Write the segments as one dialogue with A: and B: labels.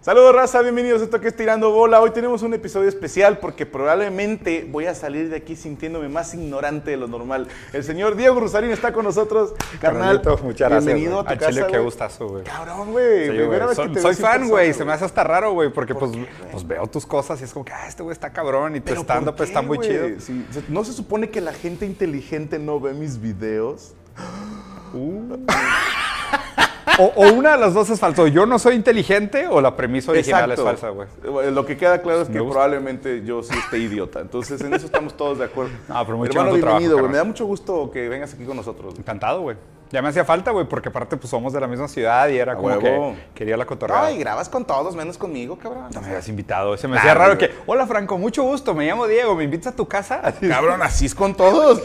A: Saludos raza, bienvenidos a esto que es Tirando Bola. Hoy tenemos un episodio especial porque probablemente voy a salir de aquí sintiéndome más ignorante de lo normal. El señor Diego Rusarín está con nosotros. Carnal,
B: Carnalito, muchas gracias.
A: bienvenido
B: güey.
A: a tu
B: Al Chile,
A: casa,
B: qué
A: güey.
B: gustazo, güey.
A: Cabrón, güey.
B: Sí,
A: primera vez
B: güey.
A: que
B: Soy,
A: te
B: soy
A: veo sin
B: fan,
A: persona,
B: güey. Se me hace hasta raro, güey, porque pues,
A: qué, güey?
B: pues veo tus cosas y es como que, ah, este güey está cabrón y tu
A: Pero
B: stand-up
A: ¿por qué,
B: está muy
A: güey?
B: chido.
A: Sí, se- ¿No se supone que la gente inteligente no ve mis videos?
B: O, o una de las dos es falso. Yo no soy inteligente o la premisa original
A: Exacto.
B: es falsa, güey.
A: Eh, Lo que queda claro es que
B: Me gusta.
A: probablemente yo sí esté idiota. Entonces, en eso estamos todos de acuerdo.
B: Ah, pero muy
A: Hermano,
B: chingón tu trabajo,
A: bienvenido, güey.
B: carnal.
A: Me da mucho gusto que vengas aquí con nosotros. güey.
B: Encantado, güey. Ya me hacía falta, güey, porque aparte pues somos de la misma ciudad y era
A: A
B: como
A: huevo.
B: que quería la cotorrada.
A: Ay, grabas con todos, menos conmigo, cabrón.
B: No me habías invitado. Se me hacía
A: Nah,
B: raro
A: güey.
B: que, hola Franco, mucho gusto, me llamo Diego, ¿me invitas a tu casa? Así,
A: Cabrón, así es con todos.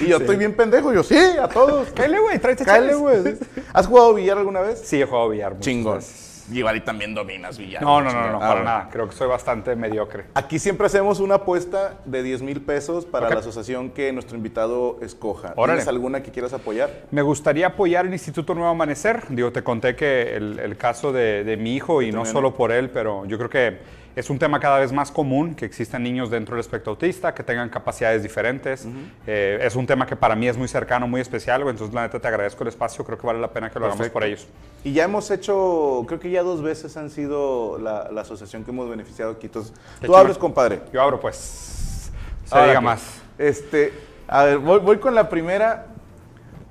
A: Y yo estoy bien pendejo, yo sí, a todos.
B: Cáele, güey, tráete
A: Cállate,
B: chelas.
A: güey. ¿Has jugado billar alguna vez?
B: Sí, he jugado billar. muchas
A: Chingón.
B: veces.
A: Igual y también dominas billar.
B: No, no, no, no, no,
A: Ah,
B: para
A: bueno.
B: nada. Creo que soy bastante mediocre.
A: Aquí siempre hacemos una apuesta de 10 mil pesos para
B: Ok.
A: la asociación que nuestro invitado escoja.
B: Órale.
A: ¿Tienes alguna que quieras apoyar?
B: Me gustaría apoyar el Instituto Nuevo Amanecer. Digo, te conté que el, el caso de, de mi hijo, y no
A: también.
B: solo por él, pero yo creo que es un tema cada vez más común que existan niños dentro del espectro autista que tengan capacidades diferentes. Eh, es un tema que para mí es muy cercano, muy especial. güey. Entonces, la neta, te agradezco el espacio. Creo que vale la pena que lo hagamos por ellos.
A: Y ya hemos hecho, creo que ya dos veces han sido la, la asociación que hemos beneficiado aquí. Entonces,
B: Qué
A: tú
B: chingón.
A: abres, compadre.
B: Yo abro, pues. Se
A: Ahora,
B: diga
A: pues,
B: más.
A: Este, a ver, voy, voy con la primera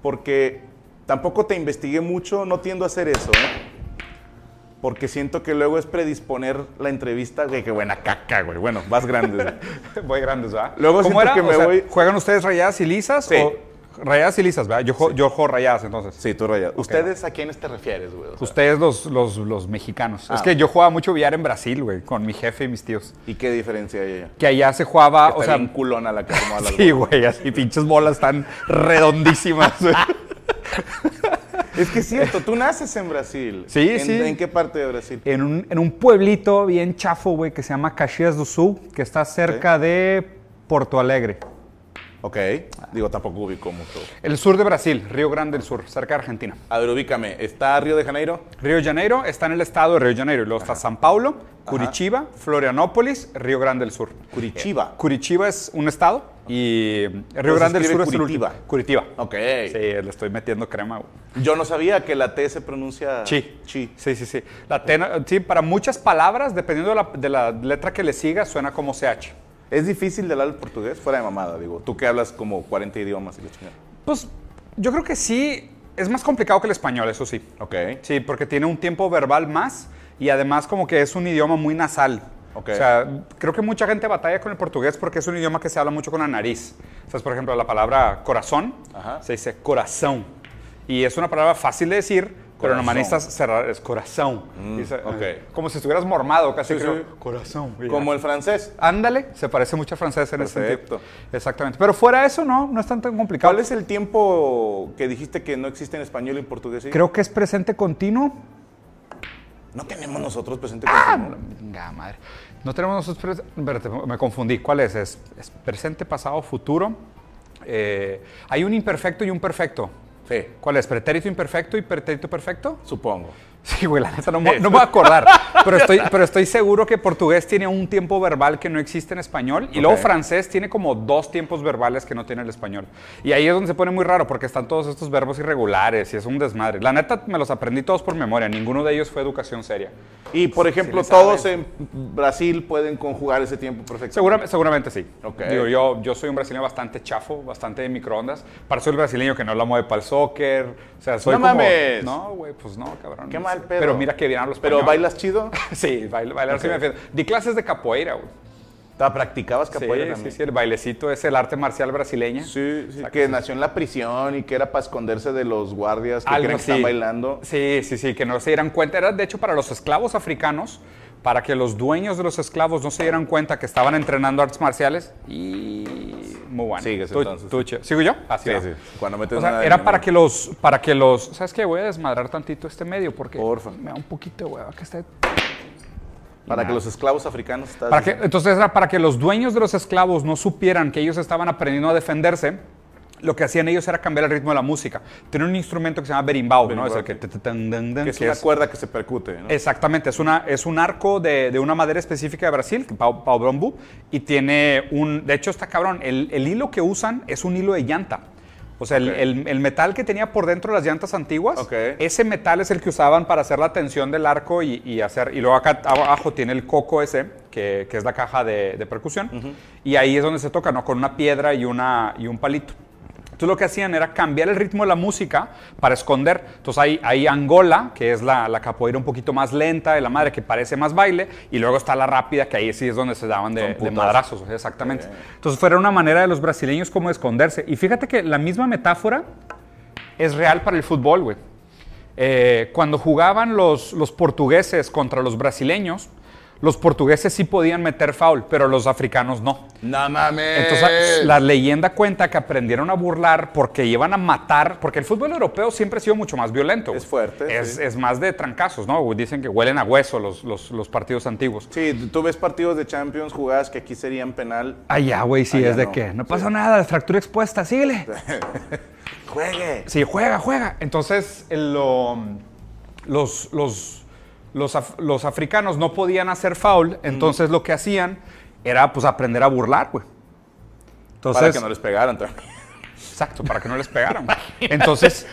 A: porque tampoco te investigué mucho, no tiendo a hacer eso, ¿eh? Porque siento que luego es predisponer la entrevista. Güey, qué buena caca, güey. Bueno, vas grande. güey.
B: Voy grandes, ¿verdad?
A: Luego siento que me voy-
B: ¿Juegan ustedes rayadas y lisas?
A: Sí.
B: O rayadas y lisas, ¿verdad? Yo, jo- yo juego rayadas, entonces.
A: Sí, tú rayado. ¿Ustedes a quiénes te refieres, güey? O sea,
B: Ustedes los, los, los mexicanos.
A: Ah.
B: Es que yo jugaba mucho billar en Brasil, güey, con mi jefe y mis tíos.
A: ¿Y qué diferencia hay allá?
B: Que allá se jugaba,
A: Está
B: o sea,
A: bien culona la que acomoda las
B: sí, güey, así pinches bolas tan redondísimas, güey.
A: bolas. Es que es cierto, tú naces en Brasil.
B: Sí,
A: ¿En,
B: sí. Eh,
A: ¿En qué parte de Brasil?
B: En un, en un pueblito bien chafo, güey, que se llama Caxias do Sul, que está cerca de Porto Alegre.
A: Ok. Digo, tampoco ubico mucho.
B: El sur de Brasil, Río Grande del Sur, cerca de Argentina.
A: A ver, ubícame. ¿Está Río de Janeiro?
B: Río de Janeiro está en el estado de Río de Janeiro, y luego está San Paulo, Curitiba, Florianópolis, Río Grande del Sur.
A: Curitiba.
B: Curitiba es un estado y Río
A: se
B: Grande del Sur
A: escribe
B: es el último. Curitiba.
A: Ok.
B: Sí, le estoy metiendo crema. güey.
A: Yo no sabía que la T se pronuncia
B: Chi.
A: chi.
B: Sí, sí, sí. La T no- sí, para muchas palabras, dependiendo de la, de la letra que le siga, suena como CH.
A: Es difícil de hablar el portugués fuera de mamada, digo. Tú que hablas como 40 idiomas y la chingada.
B: Pues yo creo que sí, es más complicado que el español, eso sí.
A: Ok.
B: Sí, porque tiene un tiempo verbal más y además como que es un idioma muy nasal.
A: Ok.
B: O sea, creo que mucha gente batalla con el portugués porque es un idioma que se habla mucho con la nariz. O sea, por ejemplo, la palabra corazón
A: Ajá.
B: se dice corazón. Y es una palabra fácil de decir, pero nomás
A: Corazón. Mm,
B: necesitas cerrar, es corazón. Y dice,
A: ok.
B: eh, Como si estuvieras mormado casi,
A: Sí,
B: creo.
A: sí.
B: Corazón. y ya.
A: Como el francés.
B: Ándale, se parece mucho al francés en ese
A: Perfecto.
B: sentido. Exactamente. Pero fuera de eso, no, no es tan, tan complicado.
A: ¿Cuál es el tiempo que dijiste que no existe en español y en portugués? sí?
B: Creo que es presente continuo,
A: No tenemos nosotros presente
B: Ah,
A: continuo.
B: venga, madre. No tenemos nosotros. pres- espérate, me confundí. ¿Cuál es? Es, es presente, pasado, futuro. Eh, hay un imperfecto y un perfecto.
A: Sí,
B: ¿Cuál es? ¿Pretérito imperfecto y pretérito perfecto?
A: supongo.
B: Sí, güey, la neta no, me- no me voy a acordar. pero, estoy, pero estoy seguro que portugués tiene un tiempo verbal que no existe en español. Y luego
A: Ok.
B: francés tiene como dos tiempos verbales que no tiene el español. Y ahí es donde se pone muy raro porque están todos estos verbos irregulares y es un desmadre. La neta me los aprendí todos por memoria. Ninguno de ellos fue educación seria.
A: Y, por ejemplo,
B: le
A: todos
B: sabes.
A: en Brasil pueden conjugar ese tiempo perfecto.
B: Seguramente, seguramente sí.
A: Ok.
B: Digo, yo, yo soy un brasileño bastante chafo, bastante de microondas. Para ser el brasileño que no la mueve para el soccer. O sea, soy
A: ¡No
B: como...
A: mames!
B: No, güey, pues no, cabrón.
A: Qué
B: No
A: mal
B: sé.
A: pedo.
B: Pero mira que bien hablo español.
A: ¿Pero bailas chido?
B: Sí, bailo, bailar sí
A: Ok.
B: me defiendo. Di clases de capoeira, güey.
A: ¿Te
B: Ah,
A: practicabas
B: Sí,
A: capoeira
B: sí,
A: también?
B: sí, el bailecito es el arte marcial brasileña.
A: Sí, sí,
B: Saca
A: que
B: sus-
A: nació en la prisión y que era para esconderse de los guardias que
B: Algo
A: creen que
B: así.
A: están bailando.
B: Sí, sí, sí, que no se dieran cuenta. Era, de hecho, para los esclavos africanos, para que los dueños de los esclavos no se dieran cuenta que estaban entrenando artes marciales. Y... Muy bueno.
A: Sigues,
B: Tú-
A: entonces.
B: tú, che- ¿Sigo yo? Así
A: Sí,
B: va.
A: sí. Cuando metes
B: O sea,
A: nada
B: era
A: de
B: para
A: dinero.
B: que los, para que los, ¿sabes qué? Voy a desmadrar tantito este medio porque
A: Porfa.
B: me da un poquito de hueva que esté
A: Para que los esclavos africanos estás
B: Para que- entonces era para que los dueños de los esclavos no supieran que ellos estaban aprendiendo a defenderse, lo que hacían ellos era cambiar el ritmo de la música. Tienen un instrumento que se llama berimbau, ¿no? Es
A: Berimbau,
B: el que...
A: sí.
B: ta- ta- tan, dan, dan,
A: Que es
B: que
A: una
B: es-
A: cuerda que se percute, ¿no?
B: Exactamente, es, una, es un arco de, de una madera específica de Brasil, que pau, paobrombu, y tiene un, de hecho está cabrón, el, el hilo que usan es un hilo de llanta. O sea, el,
A: Ok.
B: el- el metal que tenía por dentro las llantas antiguas,
A: Ok.
B: ese metal es el que usaban para hacer la tensión del arco y, y hacer, y luego acá abajo tiene el coco ese, que, que es la caja de, de percusión, y ahí es donde se toca, ¿no? Con una piedra y, una, y un palito. Entonces lo que hacían era cambiar el ritmo de la música para esconder. Entonces hay, hay Angola, que es la, la capoeira un poquito más lenta de la madre, que parece más baile, y luego está la rápida, que ahí sí es donde se daban de,
A: Son
B: de
A: putazos.
B: madrazos, o sea, exactamente. Entonces fuera una manera de los brasileños como de esconderse. Y fíjate que la misma metáfora es real para el fútbol, güey. Eh, cuando jugaban los, los portugueses contra los brasileños, los portugueses sí podían meter foul, pero los africanos no.
A: No mames. Eh.
B: Entonces, la leyenda cuenta que aprendieron a burlar porque iban a matar, porque el fútbol europeo siempre ha sido mucho más violento. güey.
A: Es fuerte,
B: Es,
A: sí.
B: es más de trancazos, ¿no? Güey, Dicen que huelen a hueso los, los- los partidos antiguos.
A: Sí, tú ves partidos de Champions jugadas que aquí serían penal.
B: Allá, Ah, güey, sí,
A: Allá
B: es de
A: Ah, no.
B: que no pasa nada, fractura expuesta, síguele.
A: ¡Juegue!
B: Sí, juega, juega. Entonces, el, lo- los, los, los, af- los africanos no podían hacer foul, entonces lo que hacían era pues aprender a burlar, güey. Entonces,
A: Para que no les pegaran también.
B: Exacto, para que no les pegaran. güey. Entonces,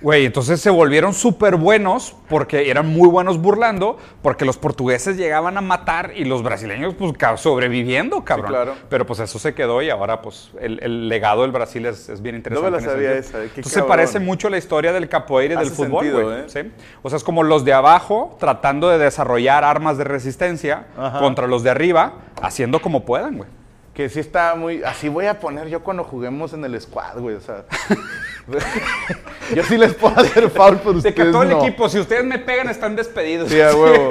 B: güey, entonces se volvieron súper buenos porque eran muy buenos burlando, porque los portugueses llegaban a matar y los brasileños, pues, ca- sobreviviendo, cabrón.
A: claro.
B: Pero pues eso se quedó y ahora, pues, el, el legado del Brasil es, es bien interesante.
A: No me la
B: en ese
A: sabía
B: sentido.
A: esa, qué
B: Entonces se
A: cabrón.
B: parece mucho a la historia del capoeira y del
A: Hace
B: fútbol,
A: sentido,
B: güey.
A: ¿eh?
B: ¿sí? O sea, es como los de abajo tratando de desarrollar armas de resistencia
A: Ajá.
B: contra los de arriba, haciendo como puedan, güey.
A: Que sí está muy. Así voy a poner yo cuando juguemos en el squad, güey. O sea. yo sí les puedo hacer foul, pero
B: De
A: ustedes
B: que todo el
A: no.
B: equipo, si ustedes me pegan, están despedidos.
A: Sí, a huevo.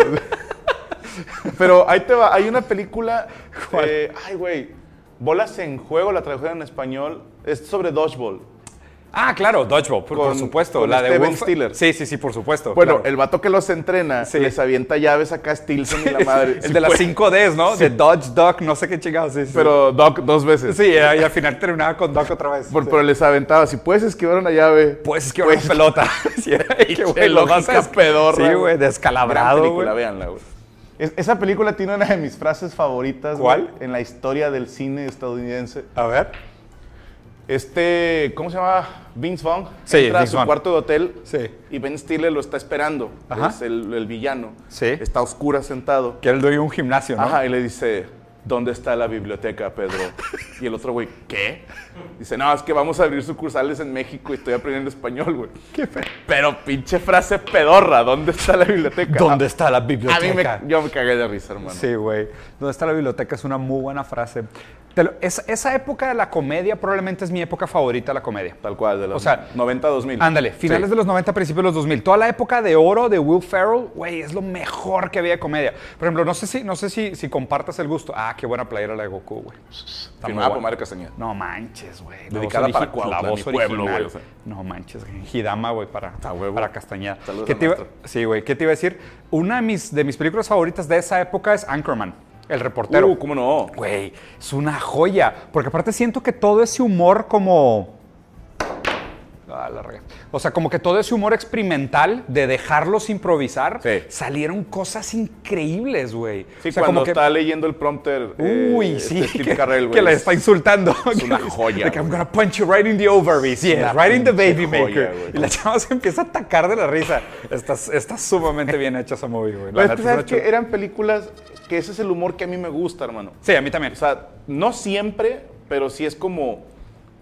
A: Pero ahí te va, hay una película. eh, ay, güey. Bolas en juego, la tradujeron en español. Es sobre dodgeball.
B: Ah, claro, Dodgeball, por, por
A: Con-
B: supuesto.
A: con
B: la de
A: Steven
B: Wolf-
A: Stiller.
B: Sí, sí, sí, por supuesto.
A: Bueno,
B: claro.
A: el vato que los entrena
B: Sí.
A: les avienta llaves acá a Stilson y la madre.
B: el
A: Sí,
B: de las
A: pues,
B: 5Ds, ¿no? De Dodge, Duck, no sé qué chingados. Sí, sí.
A: Pero Doc dos veces.
B: sí, y al final terminaba con Duck otra vez.
A: Por-
B: Sí.
A: Pero les aventaba, si puedes esquivar una llave.
B: Pues es que una pelota. sí, ay, qué
A: Pinche
B: güey, lo vas a
A: lógica pedorra,
B: Sí,
A: güey.
B: güey,
A: Gran
B: descalabrado,
A: película,
B: güey.
A: véanla, güey. Es- esa película tiene una de mis frases favoritas. güey,
B: ¿Cuál?
A: en la historia del cine estadounidense.
B: A ver.
A: Este, ¿cómo se llama? Vince Vaughn.
B: Sí,
A: Entra
B: Vince
A: a su
B: Vaughn.
A: cuarto de hotel
B: Sí.
A: y Ben Stiller lo está esperando.
B: Ajá.
A: Es el, el villano.
B: Sí.
A: Está a oscura sentado.
B: Que era el dueño de un gimnasio, ¿no?
A: Ajá, y le dice, ¿dónde está la biblioteca, Pedro? Y el otro güey, ¿qué? Dice, no, es que vamos a abrir sucursales en México y estoy aprendiendo español, güey.
B: Qué fe-
A: Pero pinche frase pedorra, ¿dónde está la biblioteca?
B: ¿Dónde está
A: Ah,
B: la
A: A mí me,
B: biblioteca?
A: yo me cagué de risa, hermano.
B: Sí, güey. ¿Dónde está la biblioteca? Es una muy buena frase. Te lo- esa- esa época de la comedia probablemente es mi época favorita de la comedia.
A: Tal cual, de los
B: O sea,
A: 90 2000.
B: Ándale, finales de los 90, principios de los 2000. Toda la época de oro de Will Ferrell, güey, es lo mejor que había de comedia. Por ejemplo, no sé si, no sé si, si compartas el gusto. Ah, qué buena playera la de Goku, güey. Está muy
A: Firmada por
B: buena.
A: Mario Castañeda.
B: No manches, güey. La
A: Dedicada
B: voz
A: para
B: origi-
A: Cuautla,
B: la voz
A: mi pueblo,
B: original.
A: güey, o sea.
B: No manches, güey. Hidama, güey, para,
A: A huevo.
B: para Castañeda.
A: Saludos
B: ¿Qué
A: al
B: te iba-
A: maestro.
B: sí, güey. ¿Qué te iba a decir? Una de mis, de mis películas favoritas de esa época es Anchorman, el reportero.
A: Uh, ¿cómo no?
B: Güey, es una joya. Porque aparte siento que todo ese humor como... Ah, la regué. O sea, como que todo ese humor experimental de dejarlos improvisar,
A: Sí.
B: salieron cosas increíbles, güey.
A: Sí,
B: O sea,
A: cuando
B: como que-
A: está leyendo el prompter. eh,
B: Uy,
A: este
B: sí,
A: Steve
B: que,
A: Carell,
B: que
A: güey.
B: la está insultando.
A: es una
B: Que dice,
A: joya,
B: Like, I'm
A: güey.
B: gonna punch you right in the ovaries. Yes,
A: una
B: right in the baby
A: pinche joya,
B: maker.
A: güey.
B: y la chava se empieza a atacar de la risa. Está, está sumamente bien hecha esa movie, güey. La
A: Pero es que,
B: neta es una
A: Pues, ¿sabes
B: chula.
A: qué? Eran películas que ese es el humor que a mí me gusta, hermano.
B: Sí, a mí también.
A: O sea, no siempre, pero sí es como,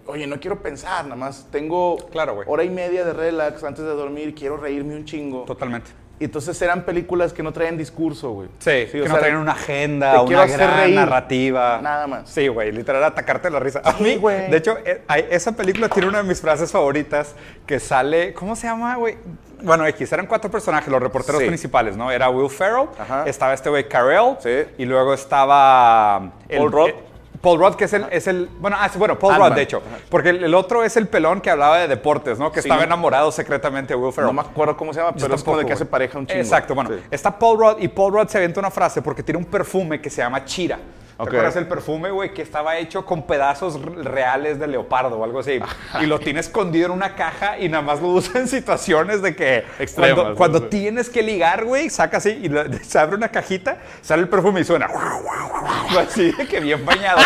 A: oye, no quiero pensar, nada más tengo
B: Claro, güey.
A: hora y media de relax antes de dormir, quiero reírme un chingo.
B: Totalmente.
A: Y entonces eran películas que no traían discurso, güey.
B: Sí, que
A: o
B: no
A: sea,
B: traen una
A: te
B: agenda,
A: quiero
B: una
A: hacer
B: gran
A: reír.
B: narrativa.
A: Nada más.
B: Sí, güey, literal, atacarte la risa. A
A: Sí,
B: mí,
A: güey.
B: de hecho, eh, hay- esa película tiene una de mis frases favoritas que sale, ¿cómo se llama, güey? Bueno, X, eran cuatro personajes, los reporteros
A: Sí.
B: principales, ¿no? Era Will Ferrell,
A: Ajá.
B: estaba este güey Carell,
A: Sí.
B: y luego estaba...
A: Paul Rudd.
B: eh, Paul Rudd, que es el, es el- Bueno, ah, sí, bueno, Paul
A: Ant-Man.
B: Rudd, de hecho. Porque el, el otro es el pelón que hablaba de deportes, ¿no? Que
A: Sí,
B: estaba
A: no-
B: enamorado secretamente de Will Ferrell.
A: No me acuerdo cómo se llama,
B: Yo
A: pero es como de
B: tampoco,
A: que hace
B: güey.
A: pareja un chingo.
B: Exacto, bueno.
A: Sí.
B: Está Paul Rudd y Paul Rudd se avienta una frase porque tiene un perfume que se llama Chira. ¿Te
A: Ok.
B: acuerdas el perfume, güey, que estaba hecho con pedazos r- reales de leopardo o algo así? Y lo tiene escondido en una caja y nada más lo usa en situaciones de que
A: Extremas,
B: cuando,
A: ¿no?
B: cuando
A: Sí.
B: tienes que ligar, güey, saca así y la- se abre una cajita, sale el perfume y suena así de que bien bañado.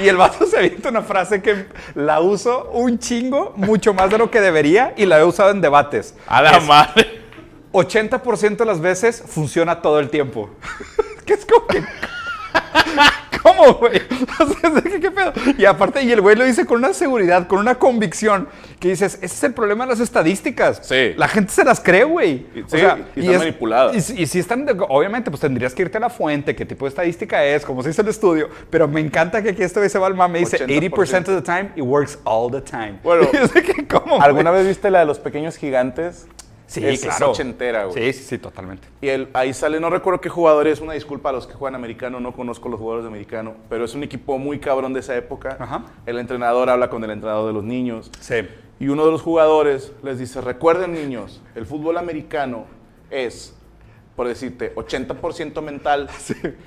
B: Y el vato se avienta una frase que la uso un chingo, mucho más de lo que debería y la he usado en debates.
A: A la
B: Es,
A: madre.
B: 80% de las veces funciona todo el tiempo. que es como que. ¿Cómo, güey? O sea, ¿qué, qué pedo? Y aparte, y el güey lo dice con una seguridad, con una convicción, que dices, ese es el problema de las estadísticas.
A: Sí.
B: La gente se las cree, güey.
A: Y- sí, y están manipuladas.
B: Y, si- y si están, de- obviamente, pues tendrías que irte a la fuente, qué tipo de estadística es, cómo se hizo el estudio, pero me encanta que aquí este güey se va al mame y dice, 80% of the time, it works all the time.
A: Bueno,
B: Y es de que, ¿cómo,
A: ¿Alguna
B: güey?
A: vez viste la de los pequeños gigantes?
B: Sí,
A: Es- es
B: claro.
A: ochentera, güey.
B: Sí, sí, sí, totalmente.
A: Y el- ahí sale, no recuerdo qué jugador es, una disculpa a los que juegan americano, no conozco los jugadores de americano, pero es un equipo muy cabrón de esa época.
B: Ajá.
A: El entrenador habla con el entrenador de los niños.
B: Sí.
A: Y uno de los jugadores les dice, recuerden niños, el fútbol americano es, por decirte, 80% mental,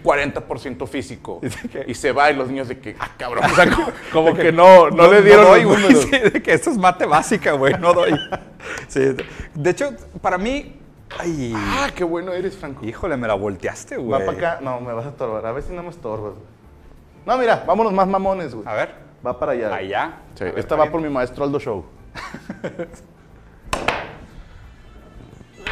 A: 40% físico.
B: Dice que-
A: Y se va y los niños de que, ah, cabrón, o sea, como, como
B: De
A: que, no, no, le dieron
B: doy,
A: los
B: güey.
A: números.
B: Sí, de que esto es mate básica, güey, no doy. Sí. De hecho, para mí, ay,
A: Ah, qué bueno eres, Franco.
B: híjole, me la volteaste, güey.
A: Va para acá. No, me vas a estorbar. A ver si no me estorbas. güey. No, mira, vámonos más mamones, güey.
B: A ver,
A: Va para Ah. allá. güey.
B: allá.
A: Sí,
B: A ver,
A: esta
B: está
A: va
B: bien.
A: por mi maestro Aldo Show.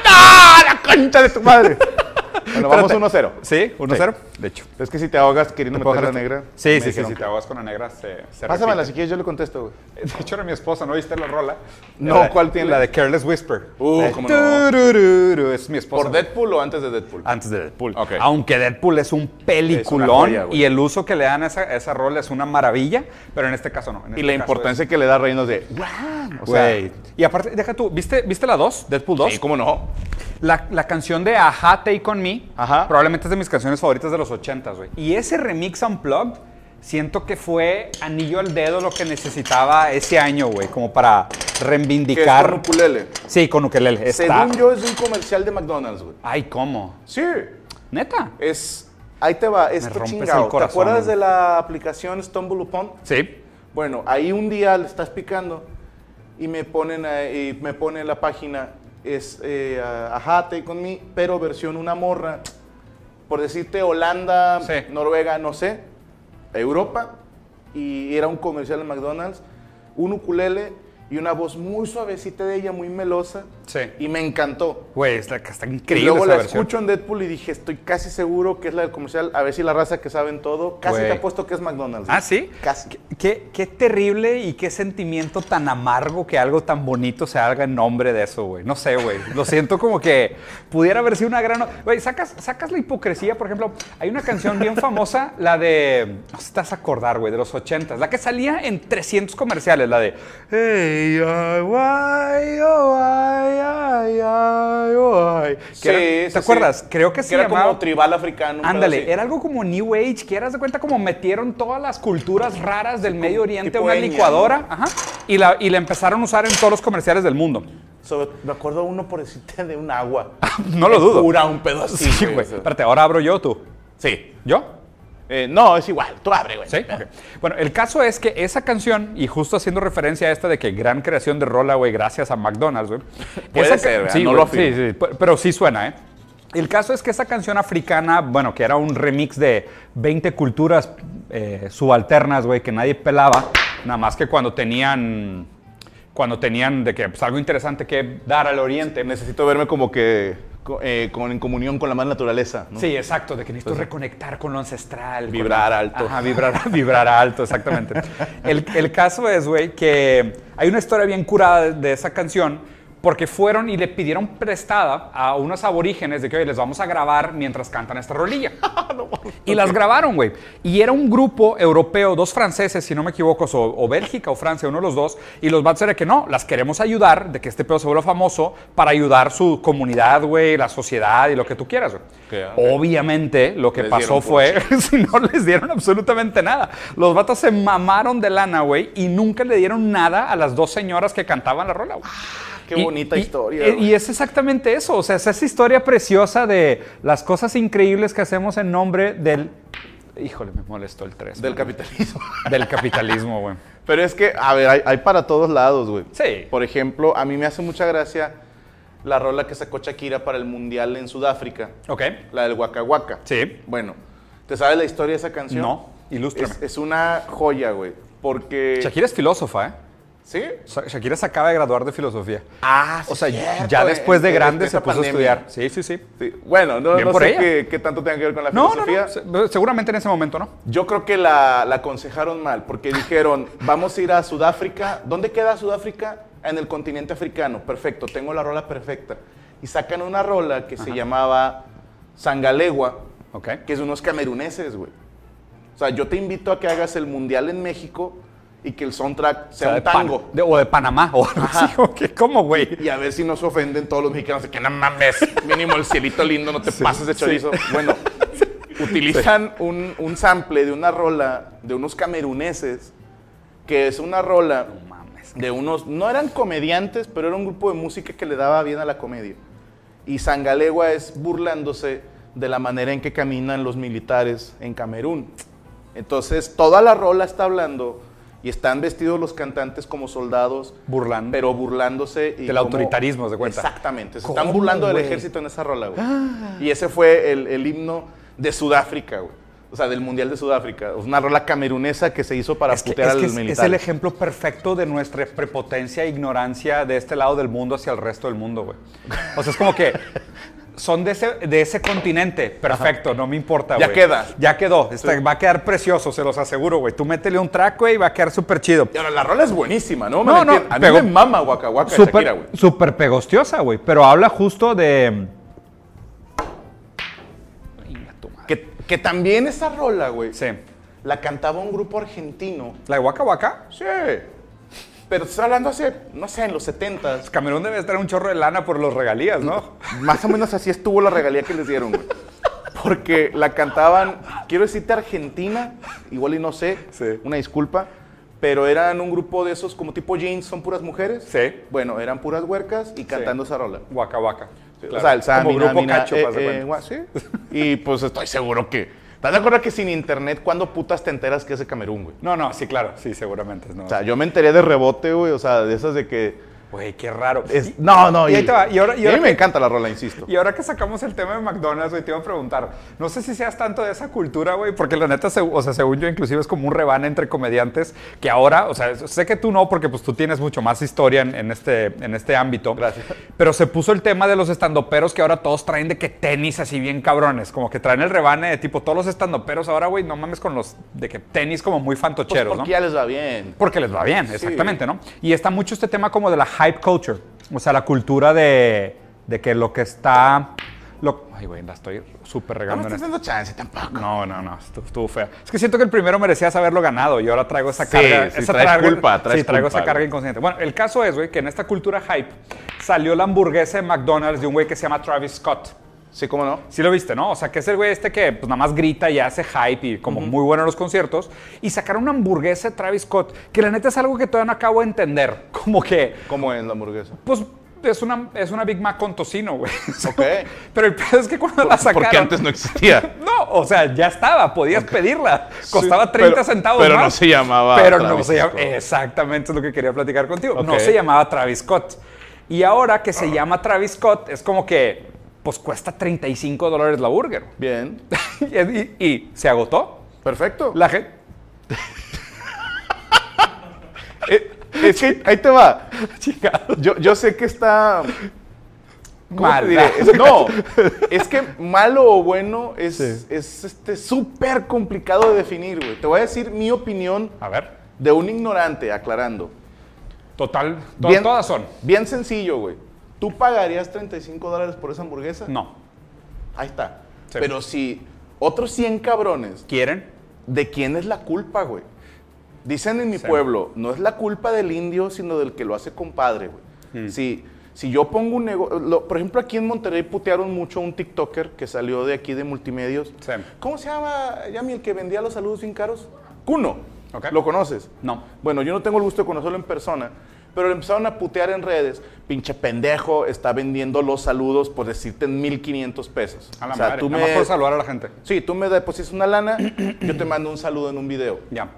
A: ¡Ah, la concha de tu madre! bueno, vamos 1-0.
B: Sí, 1-0, de hecho.
A: Es que si te ahogas queriendo meter la
B: Ojalá-
A: negra.
B: este? Sí,
A: me
B: sí, sí,
A: dijeron
B: si
A: que-
B: te ahogas con la negra se, se
A: Pásamela
B: repite.
A: si quieres, yo le contesto, güey.
B: De hecho, era mi esposa, ¿no viste la rola?
A: No,
B: Era-
A: ¿cuál tiene?
B: La de Careless Whisper.
A: Uh,
B: La de
A: cómo no.
B: turururu, Es mi esposa.
A: ¿Por
B: güey.
A: Deadpool o antes de Deadpool?
B: antes de Deadpool.
A: Ok.
B: Aunque Deadpool es un peliculón
A: joya, güey.
B: y el uso que le dan a esa, a esa rol es una maravilla, pero en este caso no. en
A: y
B: este
A: la
B: caso
A: importancia que le da a Reynolds de...
B: es-
A: o sea-
B: Güey. y aparte, deja tú, ¿viste, ¿viste la 2? Deadpool 2.
A: Sí, cómo no.
B: La, la canción de Ajá, Take On Me,
A: Ajá.
B: probablemente es de mis canciones favoritas de los 80, güey. Y ese remix unplugged, siento que fue anillo al dedo lo que necesitaba ese año, güey, como para
A: Que es con
B: reivindicar.
A: ukulele.
B: Sí, con ukelele. Está...
A: Según yo, es de un comercial de McDonald's, güey.
B: Ay, ¿cómo?
A: Sí.
B: ¿Neta?
A: Es. Ahí te va, esto
B: rompes el
A: chingado. ¿Te
B: corazón,
A: acuerdas de
B: güey.
A: la aplicación Stumble Upon?
B: Sí.
A: Bueno, ahí un día le estás picando y me ponen a- y me pone la página es eh, a- ajá, take on me, pero versión una morra. Por decirte Holanda,
B: Sí.
A: Noruega, no sé, Europa y era un comercial de McDonald's, un ukulele y una voz muy suavecita de ella, muy melosa
B: Sí.
A: y me encantó.
B: Güey, está, está
A: Y
B: increíble.
A: luego
B: esa
A: la
B: versión.
A: escucho en Deadpool y dije, estoy casi seguro que es la del comercial. A ver si la raza que saben todo. Casi
B: Güey.
A: te apuesto que es McDonald's.
B: ¿Ah, sí?
A: Casi.
B: Qué, qué terrible y qué sentimiento tan amargo que algo tan bonito se haga en nombre de eso, güey. No sé, güey. Lo siento como que pudiera haber sido una gran... o- Güey, sacas, sacas la hipocresía, por ejemplo. Hay una canción bien famosa, la de... No sé si te vas a acordar, güey, de los 80 La que salía en 300 comerciales, la de... Hey, ay, guay, oh, ay, ay, ay, oh, ay. Que
A: Sí, sí,
B: era- ¿Te
A: sí.
B: acuerdas? Creo que se
A: era
B: llamaba...
A: como tribal africano. un pedo
B: Ándale,
A: así.
B: era algo como New Age, que eras de cuenta como metieron todas las culturas raras del Medio Oriente a
A: tipo
B: una
A: etnia,
B: licuadora ajá, y, la, y la empezaron a usar en todos los comerciales del mundo.
A: Sobre- me acuerdo uno por decirte de un agua.
B: Ah, No lo
A: Es
B: dudo.
A: Pura, un pedo así.
B: Sí, güey.
A: o sea.
B: Espérate, ahora abro yo tú.
A: Sí.
B: ¿Yo?
A: Eh, no, es igual. Tú abre, güey.
B: Sí. ok. Bueno, el caso es que esa canción, y justo haciendo referencia a esta de que gran creación de rola, güey, gracias a McDonald's, güey.
A: Puede
B: Esa ca-
A: ser, ¿verdad?
B: sí,
A: No
B: güey,
A: lo afirmo.
B: sí, sí, pe- pero sí suena, ¿eh? El caso es que esa canción africana, bueno, que era un remix de 20 culturas eh, subalternas, güey, que nadie pelaba, nada más que cuando tenían, cuando tenían de que pues, algo interesante que dar al oriente,
A: Necesito verme como que co- eh, con, en comunión con la más naturaleza. ¿no?
B: Sí, exacto, de que necesito reconectar con lo ancestral. con
A: Vibrar
B: la-
A: alto.
B: Ajá, vibrar, vibrar alto, exactamente. El, el caso es, güey, que hay una historia bien curada de esa canción porque fueron y le pidieron prestada a unos aborígenes de que, oye, les vamos a grabar mientras cantan esta rolilla. Y las grabaron, güey. Y era un grupo europeo, dos franceses, si no me equivoco, o, o Bélgica o Francia, uno de los dos. Y los vatos era que no, las queremos ayudar, de que este pedo se vuelva famoso, para ayudar su comunidad, güey, la sociedad y lo que tú quieras, güey.
A: Ok, ok.
B: Obviamente, lo que
A: Les
B: pasó
A: dieron
B: fue, si no les dieron absolutamente nada. Los vatos se mamaron de lana, güey, y nunca le dieron nada a las dos señoras que cantaban la rola, güey.
A: Qué
B: Y-
A: bonita
B: y-
A: historia.
B: y-
A: güey.
B: Y es exactamente eso. O sea, es esa historia preciosa de las cosas increíbles que hacemos en nombre del Híjole, me molestó el 3.
A: Del capitalismo.
B: Del capitalismo, güey.
A: Pero es que, a ver, hay, hay para todos lados, güey.
B: Sí.
A: Por ejemplo, a mí me hace mucha gracia la rola que sacó Shakira para el Mundial en Sudáfrica,
B: Ok.
A: la del Waka Waka.
B: Sí.
A: Bueno, ¿te sabes la historia de esa canción?
B: No, ilústrame.
A: Es, es una joya, güey, porque...
B: Shakira es filósofa, ¿eh?
A: ¿Sí?
B: Sa- Shakira se acaba de graduar de filosofía.
A: Ah,
B: O sea, ya después de grande se puso a estudiar. Sí, sí, sí.
A: Bueno, no,
B: Bien
A: no
B: por
A: sé
B: ella.
A: qué, qué tanto tenga que ver con la
B: No, no,
A: filosofía.
B: no. se- Seguramente en ese momento, ¿no?
A: Yo creo que la, la aconsejaron mal, porque dijeron, vamos a ir a Sudáfrica. ¿Dónde queda Sudáfrica? En el continente africano. Perfecto, tengo la rola perfecta. Y sacan una rola que se llamaba Sangalegua,
B: Ok.
A: que es de unos cameruneses, güey. O sea, yo te invito a que hagas el Mundial en México y que el soundtrack sea,
B: de
A: un tango.
B: Pan- de- o de Panamá o algo así. Ok, ¿Cómo, güey?
A: Y a ver si no se ofenden todos los mexicanos. de Que no mames, mínimo el cielito lindo, no te pases de chorizo. Bueno, utilizan un, un sample de una rola de unos cameruneses, que es una rola
B: No mames.
A: de unos, no eran comediantes, pero era un grupo de música que le daba bien a la comedia. Y Sangalegua es burlándose de la manera en que caminan los militares en Camerún. Entonces, toda la rola está hablando y están vestidos los cantantes como soldados
B: Burlando.
A: pero burlándose. Y
B: Del autoritarismo, haz de cuenta.
A: Exactamente. Se
B: ¿Cómo,
A: están burlando del
B: güey? Ah.
A: ejército en esa rola, güey. Y ese fue el, el himno de Sudáfrica, güey. O sea, del Mundial de Sudáfrica. Una rola camerunesa que se hizo para
B: Es que-
A: putear
B: es
A: a
B: que
A: los
B: es-
A: militares.
B: es el ejemplo perfecto de nuestra prepotencia e ignorancia de este lado del mundo hacia el resto del mundo, güey. O sea, es como que son de ese, de ese continente. Perfecto, no me importa,
A: Ya
B: güey.
A: queda.
B: Ya quedó. Está- Va a quedar precioso, se los aseguro, güey. Tú métele un track, güey, y va a quedar súper chido.
A: Y ahora, la rola es buenísima, ¿no?
B: No,
A: Me
B: no,
A: entiendes? a mí
B: pegó-
A: me mama Waka Waka de Shakira,
B: Súper
A: güey.
B: super pegostiosa, güey. Pero habla justo de... Venga, tu madre.
A: Que, que también esa rola, güey,
B: Sí.
A: la cantaba un grupo argentino.
B: La de Waka Waka.
A: Sí. Pero estoy hablando hace, no sé, en los 70s.
B: Camerún debe estar un chorro de lana por los regalías, ¿no?
A: Más o menos así estuvo la regalía que les dieron, güey. Porque la cantaban, quiero decirte Argentina, igual y no sé,
B: Sí.
A: una disculpa, pero eran un grupo de esos como tipo jeans, son puras mujeres.
B: Sí.
A: Bueno, eran puras huercas y cantando esa rola.
B: Waka Waka.
A: O sea, el Sami,
B: Como grupo
A: Namina,
B: cacho,
A: eh,
B: haz de
A: eh,
B: cuenta.
A: gua- sí. Y pues estoy seguro que. ¿Estás de acuerdo que sin internet, cuándo putas te enteras que es de Camerún, güey?
B: No, no, sí, claro, sí, seguramente. No.
A: O sea, yo me enteré de rebote, güey, o sea, de esas de que.
B: Güey, qué raro.
A: es-
B: Y-
A: no, no,
B: y, ahí te va, y ahora, y
A: a
B: ahora
A: mí me encanta la rola, insisto.
B: y ahora que sacamos el tema de McDonald's, güey, te iba a preguntar, no sé si seas tanto de esa cultura, güey, porque la neta, se- o sea, según yo, inclusive es como un rebane entre comediantes que ahora, o sea, sé que tú no, porque pues tú tienes mucho más historia en, en este, en este ámbito.
A: Gracias.
B: Pero se puso el tema de los estandoperos que ahora todos traen de que tenis así bien cabrones, como que traen el rebane de tipo todos los estandoperos ahora, güey, no mames con los de que tenis como muy
A: Pues
B: fantocheros,
A: porque
B: ¿no?
A: ya les va bien.
B: Porque les va bien, exactamente, ¿no? Y está mucho este tema como de la hype culture, o sea, la cultura de, de que lo que está... Lo, ay, güey, la estoy súper
A: No me
B: regando en
A: estás
B: esto.
A: dando chance tampoco.
B: No, no, no, estuvo, estuvo fea. Es que siento que el primero merecías haberlo ganado y ahora traigo esa
A: Sí,
B: carga.
A: sí,
B: esa
A: traes
B: carga-
A: culpa, traes
B: sí, traigo
A: culpa,
B: esa carga
A: güey.
B: inconsciente. Bueno, el caso es, güey, que en esta cultura hype salió la hamburguesa de McDonald's de un güey que se llama Travis Scott.
A: Sí, cómo no.
B: Sí lo viste, ¿no? O sea, que es el güey este que pues nada más grita y hace hype y como muy bueno en los conciertos. Y sacaron una hamburguesa de Travis Scott, que la neta es algo que todavía no acabo de entender. Como que,
A: ¿Cómo es la hamburguesa?
B: pues es una, es una Big Mac con tocino, güey. O sea,
A: Ok.
B: Pero el pedo es que cuando la sacaron...
A: Porque antes no existía.
B: No, o sea, ya estaba, podías pedirla. Costaba 30
A: pero-
B: centavos
A: pero
B: más.
A: no se llamaba
B: Pero no
A: Travis
B: se llamaba.
A: Scott.
B: Exactamente es lo que quería platicar contigo. No
A: Ok. Ah.
B: se llamaba Travis Scott. Y ahora que se llama Travis Scott, es como que, pues cuesta 35 dólares la burger.
A: Bien.
B: y, y- y se agotó.
A: Perfecto.
B: La gente.
A: Eh, es que ahí te va.
B: Chica.
A: Yo, yo sé que está. ¿Cómo
B: Mal.
A: te diré? Es- no. Es que malo o bueno es
B: Sí.
A: es, este súper complicado de definir, güey. Te voy a decir mi opinión
B: A ver.
A: de un ignorante, aclarando.
B: Total. to-
A: Bien-
B: todas son.
A: Bien sencillo, güey. ¿Tú pagarías 35 dólares por esa hamburguesa?
B: No.
A: Ahí está.
B: Sí.
A: Pero si otros 100 cabrones
B: ¿Quieren?
A: ¿De quién es la culpa, güey? Dicen en mi
B: Sí.
A: pueblo, no es la culpa del indio, sino del que lo hace compadre,
B: Hmm.
A: güey. Si, si yo pongo un negocio... Por ejemplo, aquí en Monterrey putearon mucho a un TikToker que salió de aquí de multimedios.
B: Sí.
A: ¿Cómo se llama, Yami, el que vendía los saludos bien caros? Cuno.
B: Ok.
A: ¿Lo conoces?
B: No.
A: Bueno, yo no tengo el gusto de conocerlo en persona, pero le empezaron a putear en redes. Pinche pendejo, está vendiendo los saludos por decirte en 1500 pesos.
B: A la madre. Nada más por saludar a la gente.
A: Sí, tú me depositas una lana, yo te mando un saludo en un video.
B: Ya.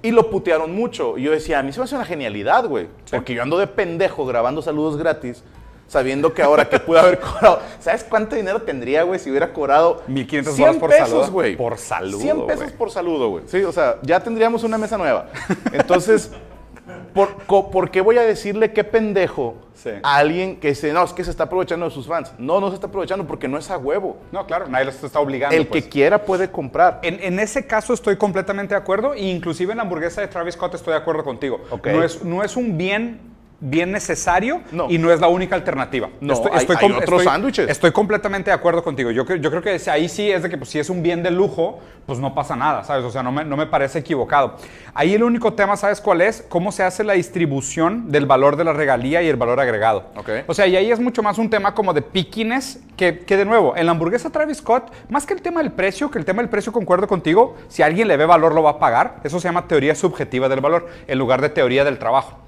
A: Y lo putearon mucho. Y yo decía, a mí se me hace una genialidad, güey. Porque yo ando de pendejo grabando saludos gratis, sabiendo que ahora que pude haber cobrado. ¿Sabes cuánto dinero tendría, güey, si hubiera cobrado
B: 1500
A: 100
B: bolas por
A: pesos,
B: saludo?
A: güey?
B: Por saludo,
A: 100 pesos
B: güey.
A: por saludo, güey. Sí, o sea, ya tendríamos una mesa nueva. Entonces, ¿por, co- por qué voy a decirle qué pendejo
B: Sí.
A: a alguien que dice, no, es que se está aprovechando de sus fans? No, no se está aprovechando porque no es a huevo.
B: No, claro, nadie los está obligando.
A: El
B: pues.
A: que quiera puede comprar.
B: En, en ese caso estoy completamente de acuerdo, e inclusive en la hamburguesa de Travis Scott estoy de acuerdo contigo.
A: Ok.
B: No, es, no es un bien bien necesario
A: No.
B: y no es la única alternativa.
A: No, hay- hay
B: com-
A: otros sándwiches.
B: Estoy completamente de acuerdo contigo. Yo, cre- yo creo que es- ahí sí es de que pues, si es un bien de lujo, pues no pasa nada, ¿sabes? O sea, no me, no me parece equivocado. Ahí el único tema, ¿sabes cuál es? Cómo se hace la distribución del valor de la regalía y el valor agregado.
A: Ok.
B: ¿eh? O sea, y ahí es mucho más un tema como de piquines que, que de nuevo, en la hamburguesa Travis Scott, más que el tema del precio, que el tema del precio concuerdo contigo, si alguien le ve valor lo va a pagar. Eso se llama teoría subjetiva del valor, en lugar de teoría del trabajo.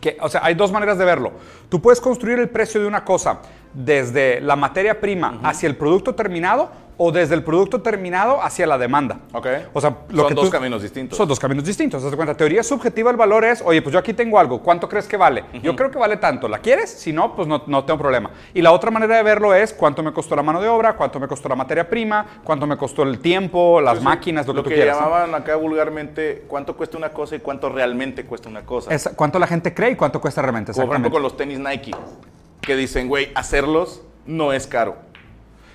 B: que, o sea, hay dos maneras de verlo. Tú puedes construir el precio de una cosa desde la materia prima hacia el producto terminado o desde el producto terminado hacia la demanda.
A: Ok.
B: O sea, lo
A: Son
B: que
A: dos
B: tú-
A: caminos distintos.
B: Son dos caminos distintos. Haz de cuenta, teoría subjetiva del valor es, oye, pues yo aquí tengo algo, ¿cuánto crees que vale? Yo creo que vale tanto, ¿la quieres? Si no, pues no, no tengo problema. Y la otra manera de verlo es cuánto me costó la mano de obra, cuánto me costó la materia prima, cuánto me costó el tiempo, las
A: Sí, sí.
B: máquinas, lo, que tú quieras. ¿no?
A: llamaban acá vulgarmente cuánto cuesta una cosa y cuánto realmente cuesta una cosa.
B: Es cuánto la gente cree y cuánto cuesta realmente.
A: Como por
B: Exactamente.
A: ejemplo con los tenis Nike, que dicen, güey, hacerlos no es caro.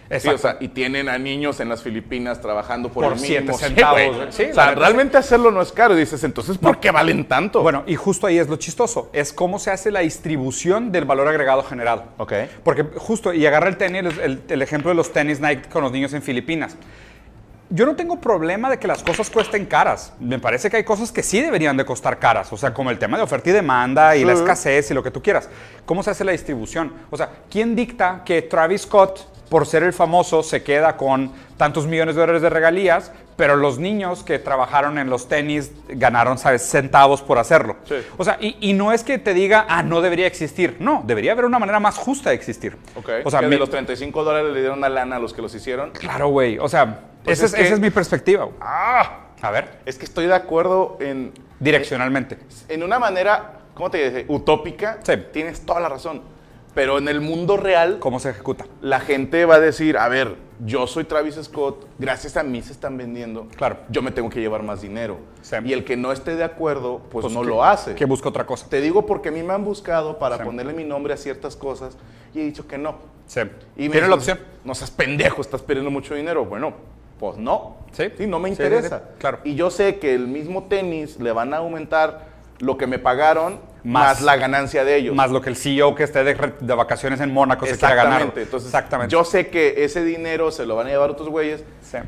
A: Sí, o
B: Exacto.
A: sea, y tienen a niños en las Filipinas trabajando por,
B: Por
A: el
B: siete
A: mínimo. Sí,
B: centavos,
A: güey.
B: güey. Sí,
A: o sea,
B: la neta,
A: realmente hacerlo no es caro. Y dices, entonces, ¿por qué valen tanto?
B: Bueno, y justo ahí es lo chistoso, es cómo se hace la distribución del valor agregado generado.
A: Ok.
B: Porque justo, y agarra el tenis, el, el ejemplo de los tenis Nike con los niños en Filipinas. Yo no tengo problema de que las cosas cuesten caras. Me parece que hay cosas que sí deberían de costar caras. O sea, como el tema de oferta y demanda y la
A: Sí.
B: escasez y lo que tú quieras. ¿Cómo se hace la distribución? O sea, ¿quién dicta que Travis Scott, por ser el famoso, se queda con tantos millones de dólares de regalías, pero los niños que trabajaron en los tenis ganaron, ¿sabes?, centavos por hacerlo.
A: Sí.
B: O sea, y, y no es que te diga, ah, no debería existir. No, debería haber una manera más justa de existir.
A: Ok.
B: O sea,
A: que
B: mi-
A: de los 35 dólares le dieron una lana a los que los hicieron.
B: Claro, güey. O sea,
A: Pues
B: esa,
A: es
B: es, esa
A: que- Ah.
B: es mi perspectiva. A ver,
A: Es que estoy de acuerdo en,
B: direccionalmente.
A: en una manera, ¿cómo te dije? Utópica.
B: Sí.
A: Tienes toda la razón. Pero en el mundo real,
B: ¿Cómo se ejecuta?
A: la gente va a decir, a ver, yo soy Travis Scott, gracias a mí se están vendiendo.
B: Claro.
A: Yo me tengo que llevar más dinero.
B: Sí.
A: Y el que no esté de acuerdo, pues,
B: Pues
A: no
B: que-
A: lo hace.
B: Que busca otra cosa.
A: Te digo porque a mí me han buscado para
B: Sí.
A: ponerle mi nombre a ciertas cosas y he dicho que no.
B: Sí.
A: Y me
B: Tiene la
A: dicen,
B: opción.
A: No seas pendejo, estás perdiendo mucho dinero. Bueno, pues no.
B: Sí.
A: no me
B: Sí, sí,
A: interesa.
B: sí, claro.
A: Y yo sé que el mismo tenis le van a aumentar lo que me pagaron más,
B: Más-
A: la ganancia de ellos.
B: Más lo que el CEO que esté de, re- de vacaciones en Mónaco se quiera ganar.
A: Entonces,
B: Exactamente.
A: Yo sé que ese dinero se lo van a llevar otros güeyes,
B: Sí.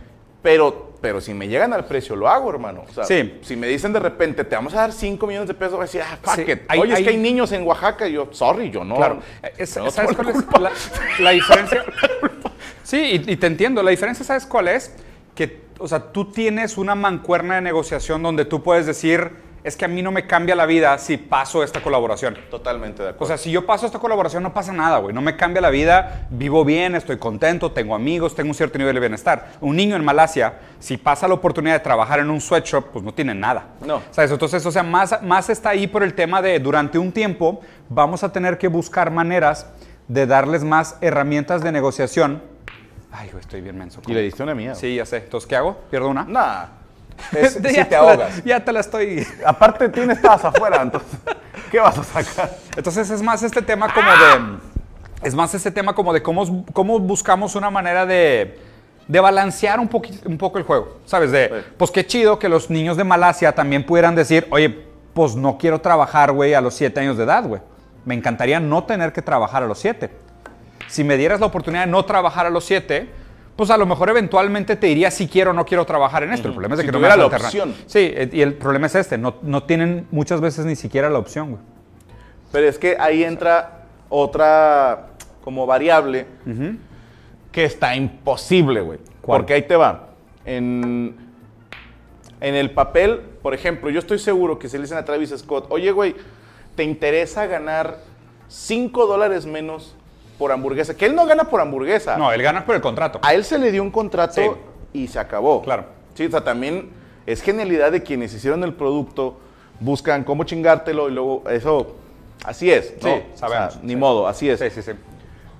A: pero, pero si me llegan al precio, lo hago, hermano. O sea,
B: Sí.
A: si me dicen de repente, te vamos a dar 5 millones de pesos, voy a decir, ah, fuck
B: Sí,
A: it.
B: hay-
A: Oye, es
B: hay-
A: que hay niños en Oaxaca. Y yo, sorry, yo no. Eh,
B: Claro. Eh, Es-
A: no
B: ¿Sabes
A: tengo
B: cuál es la, la diferencia? sí, y, y te entiendo. La diferencia, ¿sabes cuál es? Que, o sea, tú tienes una mancuerna de negociación donde tú puedes decir, es que a mí no me cambia la vida si paso esta colaboración.
A: Totalmente de acuerdo.
B: O sea, si yo paso esta colaboración no pasa nada, güey. No me cambia la vida, vivo bien, estoy contento, tengo amigos, tengo un cierto nivel de bienestar. Un niño en Malasia, si pasa la oportunidad de trabajar en un sweatshop, pues no tiene nada.
A: No.
B: ¿Sabes? Entonces, o sea, más, más está ahí por el tema de durante un tiempo vamos a tener que buscar maneras de darles más herramientas de negociación. Ay, güey, estoy bien menso.
A: y le diste una mía.
B: Sí, ya sé. Entonces, ¿qué hago? ¿Pierdo una?
A: Nah. Es-
B: Ya
A: si te
B: la-
A: ahogas.
B: ya te la estoy...
A: Aparte, tienes taza afuera, entonces, ¿qué vas a sacar?
B: Entonces es más este tema como
A: Ah.
B: de. Es más este tema como de cómo, cómo buscamos una manera de, de balancear un, poqui- un poco el juego. ¿Sabes? De,
A: Sí.
B: pues qué chido que los niños de Malasia también pudieran decir, oye, pues no quiero trabajar, güey, a los 7 años de edad, güey. Me encantaría no tener que trabajar a los 7. Si me dieras la oportunidad de no trabajar a los 7, pues a lo mejor eventualmente te diría si quiero o no quiero trabajar en esto. El problema es de
A: Si
B: que no me
A: tuviera
B: das
A: la
B: alterna-
A: opción.
B: Sí, eh, y el problema es este. No, no tienen muchas veces ni siquiera la opción, güey.
A: Pero es que ahí entra otra como variable que está imposible, güey.
B: ¿Cuál?
A: Porque ahí te va. En, en el papel, por ejemplo, yo estoy seguro que si le dicen a Travis Scott, oye, güey, te interesa ganar 5 dólares menos por hamburguesa, que él no gana por hamburguesa.
B: No, él gana por el contrato.
A: A él se le dio un contrato
B: Sí.
A: y se acabó.
B: Claro.
A: Sí, o sea, también es genialidad de quienes hicieron el producto, buscan cómo chingártelo y luego eso, así es. ¿no?
B: Sí,
A: O sea,
B: sabemos,
A: ni
B: sí.
A: modo, así es.
B: Sí, sí, sí.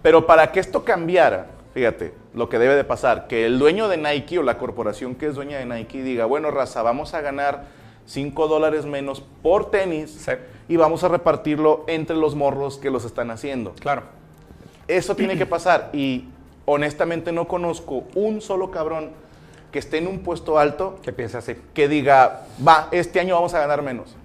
A: Pero para que esto cambiara, fíjate, lo que debe de pasar, que el dueño de Nike o la corporación que es dueña de Nike diga, bueno, raza, vamos a ganar 5 dólares menos por tenis
B: Sí.
A: y vamos a repartirlo entre los morros que los están haciendo.
B: Claro.
A: Eso tiene que pasar y honestamente no conozco un solo cabrón que esté en un puesto alto
B: Que piense así.
A: que diga, va, este año vamos a ganar menos.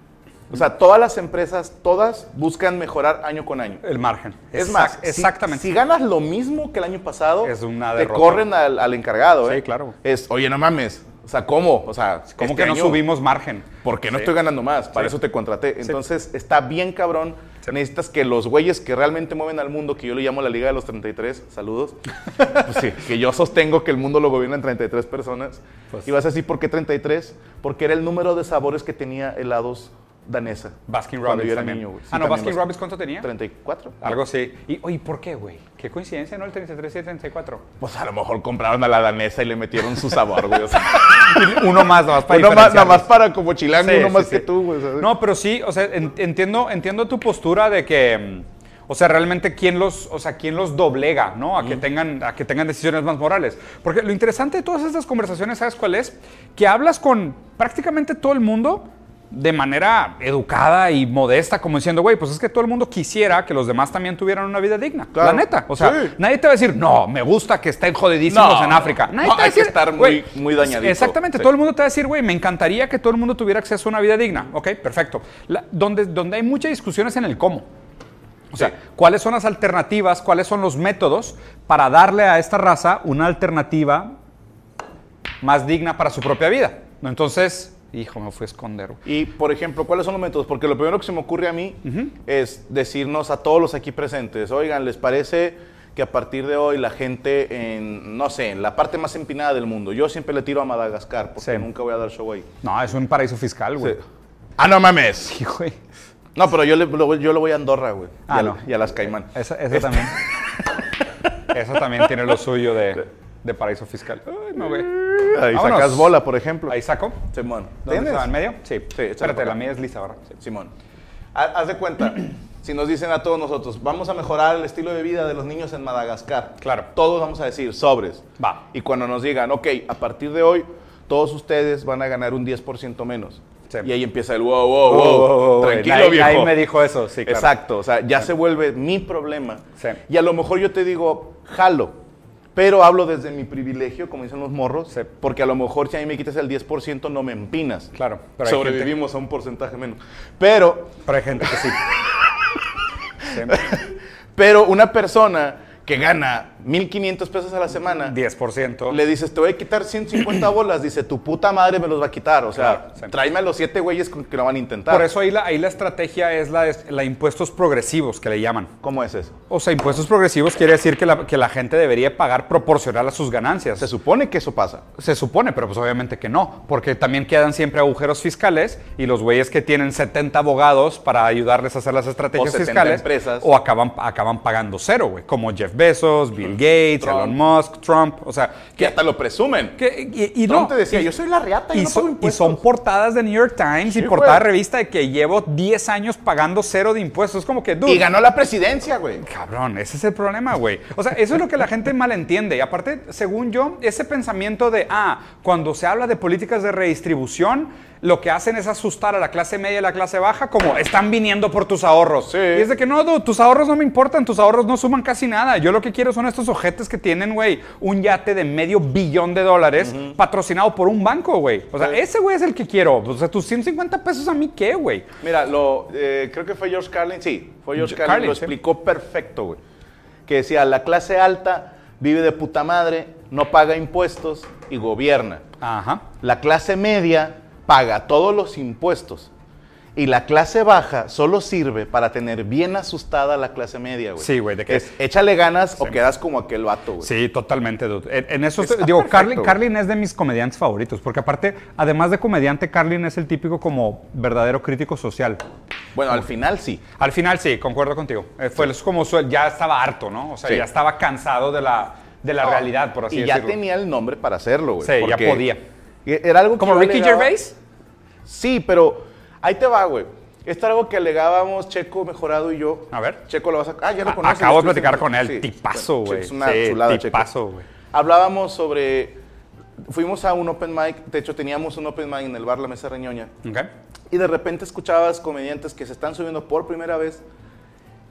A: O sea, todas las empresas, todas buscan mejorar año con año.
B: El margen.
A: Es
B: Exact-
A: más, si-
B: exactamente.
A: Si, ganas lo mismo que el año pasado,
B: Es una
A: te
B: derrota.
A: corren al, al encargado.
B: Sí,
A: ¿eh?
B: claro.
A: Es, oye, no mames. O sea, ¿cómo? O sea,
B: ¿Cómo
A: este
B: que no
A: año,
B: subimos margen?
A: ¿Por qué no
B: Sí.
A: estoy ganando más? Para
B: Sí.
A: eso te contraté. Entonces, está bien cabrón. Necesitas que los güeyes que realmente mueven al mundo, que yo le llamo la Liga de los 33, saludos, pues sí, que yo sostengo que el mundo lo gobiernan 33 personas.
B: Pues-
A: y vas a decir, ¿por qué 33? Porque era el número de sabores que tenía helados danesa.
B: Baskin
A: cuando
B: Robbins
A: yo era
B: también.
A: niño, güey. Sí,
B: ah, no,
A: también
B: Baskin Robbins, ¿cuánto tenía?
A: 34.
B: Algo así. Y, oye, ¿por qué, güey? Qué coincidencia, ¿no? El 33 y el 34.
A: Pues a lo mejor compraron a la danesa y le metieron su sabor, güey. o sea,
B: uno más, nada más para
A: uno más, nada
B: diferenciarlos.
A: más para como chilango,
B: Sí,
A: uno
B: sí,
A: más
B: sí.
A: que tú, güey. o sea.
B: No, pero sí, o sea, en- entiendo, entiendo tu postura de que, mm, o sea, realmente quién los, o sea, quién los doblega, ¿no? A que tengan, a que tengan decisiones más morales. Porque lo interesante de todas estas conversaciones, ¿sabes cuál es? Que hablas con prácticamente todo el mundo de manera educada y modesta, como diciendo, güey, pues es que todo el mundo quisiera que los demás también tuvieran una vida digna.
A: Claro.
B: La neta. O sea,
A: Sí.
B: nadie te va a decir, no, me gusta que estén jodidísimos
A: No,
B: en África. Nadie
A: no,
B: te va a
A: hay que
B: decir,
A: estar muy-
B: güey,
A: muy dañadito.
B: Exactamente.
A: Sí.
B: Todo el mundo te va a decir, güey, me encantaría que todo el mundo tuviera acceso a una vida digna. Ok, perfecto. La- donde, donde hay muchas discusiones en el cómo. O sea,
A: Sí.
B: ¿cuáles son las alternativas, cuáles son los métodos para darle a esta raza una alternativa más digna para su propia vida? ¿No? Entonces, hijo, me fui a esconder. güey.
A: Y, por ejemplo, ¿cuáles son los métodos? Porque lo primero que se me ocurre a mí es decirnos a todos los aquí presentes, oigan, ¿les parece que a partir de hoy la gente en, no sé, en la parte más empinada del mundo, yo siempre le tiro a Madagascar porque
B: Sí.
A: nunca voy a dar show ahí.
B: No, es un paraíso fiscal, güey.
A: Ah, no mames.
B: Sí, güey.
A: No, pero yo le, lo- yo le voy a Andorra, güey.
B: Ah,
A: y, a,
B: no.
A: y a las Caimán.
B: Esa, esa también. esa también tiene lo suyo de, de paraíso fiscal. Ay, me voy.
A: Ahí
B: Vámonos.
A: sacas bola, por ejemplo.
B: Ahí saco.
A: Simón.
B: ¿Dónde
A: ¿Tienes?
B: estaba? ¿En medio? Sí.
A: échale para
B: Espérate,
A: acá.
B: la mía es lisa ahora. Sí.
A: Simón. Ha- Haz de cuenta, si nos dicen a todos nosotros, vamos a mejorar el estilo de vida de los niños en Madagascar.
B: Claro.
A: Todos vamos a decir, sobres.
B: Va.
A: Y cuando nos digan, ok, a partir de hoy, todos ustedes van a ganar un 10% menos.
B: Sí. Oh,
A: Y ahí empieza el wow, Oh, wow, wow. Tranquilo,
B: Nadie-
A: viejo.
B: nadie me dijo eso, sí, claro.
A: Exacto, o sea, ya se vuelve mi problema.
B: Sí.
A: Y a lo mejor yo te digo, jalo, pero hablo desde mi privilegio, como dicen los morros,
B: Sí.
A: porque a lo mejor si a mí me quitas el 10% no me empinas.
B: Claro, pero hay gente,
A: Sobrevivimos a un porcentaje menos. Pero,
B: pero hay gente que sí. Sí,
A: pero una persona que gana 1.500 pesos a la semana,
B: 10%.
A: le dices, te voy a quitar 150 bolas, dice, tu puta madre me los va a quitar. O sea,
B: Claro, sí.
A: tráeme a los siete güeyes con que lo van a intentar.
B: Por eso ahí la, ahí la estrategia es la, de- la impuestos progresivos que le llaman.
A: ¿Cómo es eso?
B: O sea, impuestos progresivos quiere decir que la, que la gente debería pagar proporcional a sus ganancias.
A: Se supone que eso pasa.
B: Se supone, pero pues obviamente que no, porque también quedan siempre agujeros fiscales y los güeyes que tienen 70 abogados para ayudarles a hacer las estrategias
A: 70
B: fiscales
A: empresas.
B: o acaban, acaban pagando cero, güey, como Jeff Bezos, Bill Gates,
A: Trump.
B: Elon Musk, Trump, o sea,
A: Que hasta lo presumen.
B: que, y, y
A: Trump
B: no,
A: te decía,
B: y-
A: yo soy la reata, yo
B: y,
A: no
B: son-
A: pago
B: y
A: impuestos.
B: son portadas de New York Times
A: Sí,
B: y portada de
A: güey.
B: revista de que llevo 10 años pagando cero de impuestos, es como que, dude,
A: Y ganó la presidencia, güey.
B: Cabrón, ese es el problema, güey. O sea, eso es lo que la gente malentiende. Y aparte, según yo, ese pensamiento de, ah, cuando se habla de políticas de redistribución, lo que hacen es asustar a la clase media y la clase baja, como están viniendo por tus ahorros.
A: Sí.
B: Y es de que no, dude, tus ahorros no me importan, tus ahorros no suman casi nada. Yo lo que quiero son estos ojetes que tienen, güey, un yate de medio billón de dólares patrocinado por un banco, güey. O sea,
A: Sí.
B: ese güey es el que quiero. O sea, tus 150 pesos a mí, ¿qué, güey?
A: Mira, lo, eh, creo que fue George Carlin, sí, fue George
B: Ge-
A: Carlin,
B: Carlin,
A: lo
B: sí.
A: explicó perfecto, güey. Que decía, la clase alta vive de puta madre, no paga impuestos y gobierna.
B: Ajá.
A: La clase media paga todos los impuestos. Y la clase baja solo sirve para tener bien asustada a la clase media, güey.
B: Sí, güey, de que-
A: Es, échale ganas o quedas como aquel vato, güey.
B: Sí, totalmente, dude. En, en eso,
A: pues. Está
B: te- digo,
A: perfecto,
B: Carlin,
A: güey.
B: Carlin es de mis comediantes favoritos, porque aparte, además de comediante, Carlin es el típico como verdadero crítico social.
A: Bueno, al final sí.
B: Al final sí, concuerdo contigo. Eh, Fue es como su- ya estaba harto, ¿no? O sea,
A: Sí.
B: ya estaba cansado de la, de la realidad, por así
A: y
B: decirlo.
A: ya tenía el nombre para hacerlo, güey.
B: Sí, ya
A: porque
B: podía.
A: Era algo que
C: ¿Como
A: yo
C: Ricky
A: alegaba-
C: Gervais?
A: Sí, pero ahí te va, güey. Esto era algo que alegábamos Checo, Mejorado y yo.
B: A ver.
A: Checo lo vas a... Ah, ya lo
B: A-
A: conoces.
B: acabo de
A: lo estuviste
B: platicar con
A: viendo.
B: él, tipazo, güey.
A: Es una
B: Sí,
A: chulada,
B: tipazo,
A: Checo.
B: güey.
A: Hablábamos sobre... Fuimos a un open mic. De hecho, teníamos un open mic en el bar La Mesa Reñoña.
B: Ok.
A: Y de repente escuchabas comediantes que se están subiendo por primera vez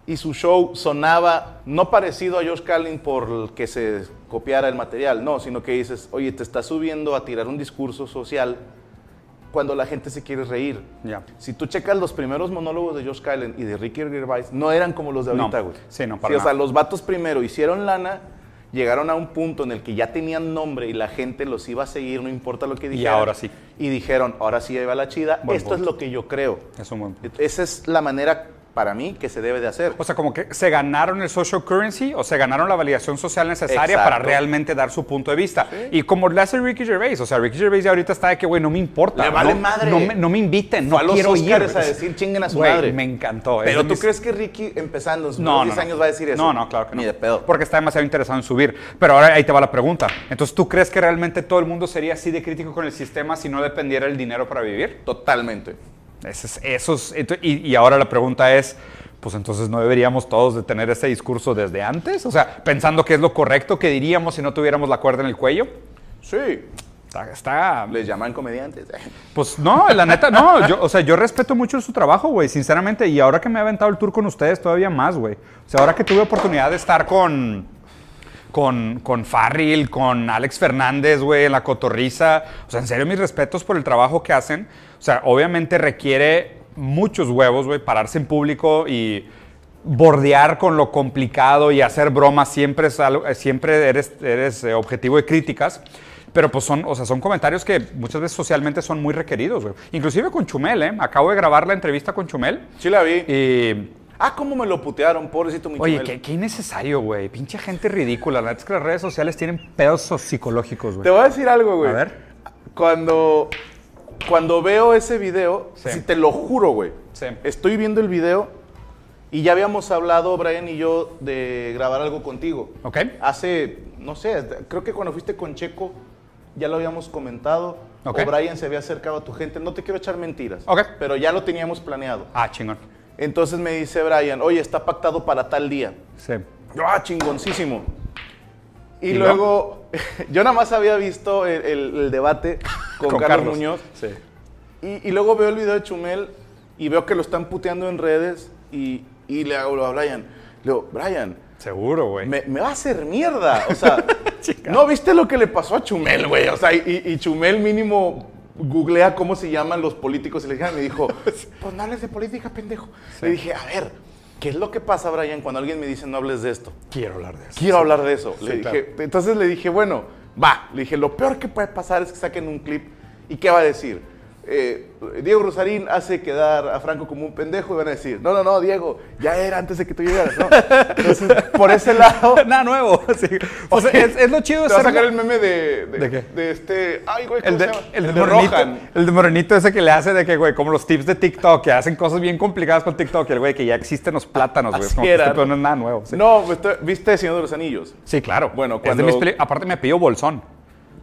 A: y su show sonaba no parecido a Josh Carlin por el que se copiara el material, no, sino que dices, oye, te estás subiendo a tirar un discurso social cuando la gente se quiere reír.
B: Ya.
A: Si tú checas los primeros monólogos de Josh Carlin y de Ricky Gervais, no eran como los de ahorita,
B: No.
A: güey.
B: Sí, no, para
A: O sea,
B: nada.
A: los vatos primero hicieron lana, llegaron a un punto en el que ya tenían nombre y la gente los iba a seguir, no importa lo que dijeran.
B: ahora sí.
A: Y dijeron, ahora sí ahí va la chida,
B: Buen
A: esto es
B: punto.
A: lo que yo creo.
B: Es un buen punto.
A: Esa es la manera para mí que se debe de hacer.
B: O sea, como que se ganaron el social currency o se ganaron la validación social necesaria
A: Exacto.
B: para realmente dar su punto de vista. Y como le hace Ricky Gervais, o sea, Ricky Gervais ya ahorita está de que, güey, no me importa.
A: Le vale
B: no,
A: madre.
B: No me, no me inviten, no
A: Fue a los
B: quiero ir.
A: Óscares a decir, "Chinguen a su
B: Güey,
A: madre".
B: me encantó. es
A: Pero
B: de
A: tú
B: mis-
A: crees que Ricky, empezando en sus
B: No, no,
A: 10
B: no.
A: años, va a decir eso.
B: No, no, claro que no.
A: Ni de pedo.
B: Porque está demasiado interesado en subir. Pero ahora ahí te va la pregunta. Entonces, ¿tú crees que realmente todo el mundo sería así de crítico con el sistema si no dependiera el dinero para vivir?
A: Totalmente.
B: Ese es- eso es- ento- y, y ahora la pregunta es, pues entonces no deberíamos todos de tener ese discurso desde antes, o sea, pensando que es lo correcto que diríamos si no tuviéramos la cuerda en el cuello.
A: Sí.
B: Está, está-
A: Les llaman comediantes.
B: pues no, la neta, no, yo, o sea, yo respeto mucho su trabajo, güey, sinceramente, y ahora que me he aventado el tour con ustedes todavía más, güey. O sea, ahora que tuve oportunidad de estar con, con, con Farril, con Alex Fernández, güey, en la cotorriza. O sea, en serio, mis respetos por el trabajo que hacen. O sea, obviamente requiere muchos huevos, güey, pararse en público y bordear con lo complicado y hacer bromas siempre es algo- eh, siempre eres, eres eh, objetivo de críticas. Pero pues son, o sea, son comentarios que muchas veces socialmente son muy requeridos, güey. Inclusive con Chumel, ¿eh? Acabo de grabar la entrevista con Chumel
A: Sí la vi.
B: y
A: Ah, cómo me lo putearon, pobrecito mi
B: Oye,
A: Chumel.
B: qué, qué innecesario, güey. Pinche gente ridícula. La neta es que las redes sociales tienen pedos psicológicos,
A: Te
B: güey.
A: voy a decir algo, güey.
B: A ver.
A: Cuando, cuando veo ese video,
B: Sí.
A: si te lo juro, güey.
B: Sí.
A: Estoy viendo el video y ya habíamos hablado, Brian y yo, de grabar algo contigo.
B: Ok.
A: Hace, no sé, creo que cuando fuiste con Checo ya lo habíamos comentado.
B: Ok.
A: O Brian se había acercado a tu gente. No te quiero echar mentiras.
B: Ok.
A: Pero ya lo teníamos planeado.
B: Ah, chingón.
A: Entonces me dice Brian, oye, está pactado para tal día.
B: Sí.
A: Yo, ah, chingoncísimo. Y,
B: ¿Y
A: luego, yo nada más había visto el, el- el debate con, Carlos, Muñoz.
B: Sí.
A: Y, y luego veo el video de Chumel y veo que lo están puteando en redes y, y le hablo a Brian. Le digo, Brian,
B: Seguro, güey.
A: me, me va a hacer mierda. O sea, ¿no viste lo que le pasó a Chumel, güey? O sea, y, y Chumel mínimo googlea cómo se llaman los políticos y le dije, me dijo, pues no hables de política, pendejo. Le dije, a ver, ¿qué es lo que pasa, Brian, cuando alguien me dice no hables de esto?
B: Quiero hablar de eso.
A: quiero hablar de eso. le
B: Sí,
A: dije, Entonces le dije, bueno, va. Le dije, lo peor que puede pasar es que saquen un clip. ¿Y qué va a decir? Eh, Diego Rosarín hace quedar a Franco como un pendejo y van a decir, no, no, no, Diego, ya era antes de que tú llegaras, ¿no? Entonces, por ese lado,
B: Nada nuevo. sí. O sea, Pues es, es lo chido de
A: te va a
B: ser.
A: sacar el meme de, de,
B: ¿De qué?
A: de este, ay, güey, ¿cómo
B: El de,
A: se llama?
B: el de morenito,
A: Rohan.
B: el de morenito ese que le hace de que, güey, como los tips de TikTok, que hacen cosas bien complicadas con TikTok, y el güey que ya existen los plátanos, güey.
A: Así
B: Como que este
A: era.
B: pedo no es nada nuevo. Sí,
A: No, pues, te- ¿viste Señor de los Anillos?
B: Sí, claro.
A: Bueno,
B: Es de
A: cuando-
B: mis peli- Aparte me pidió Bolsón.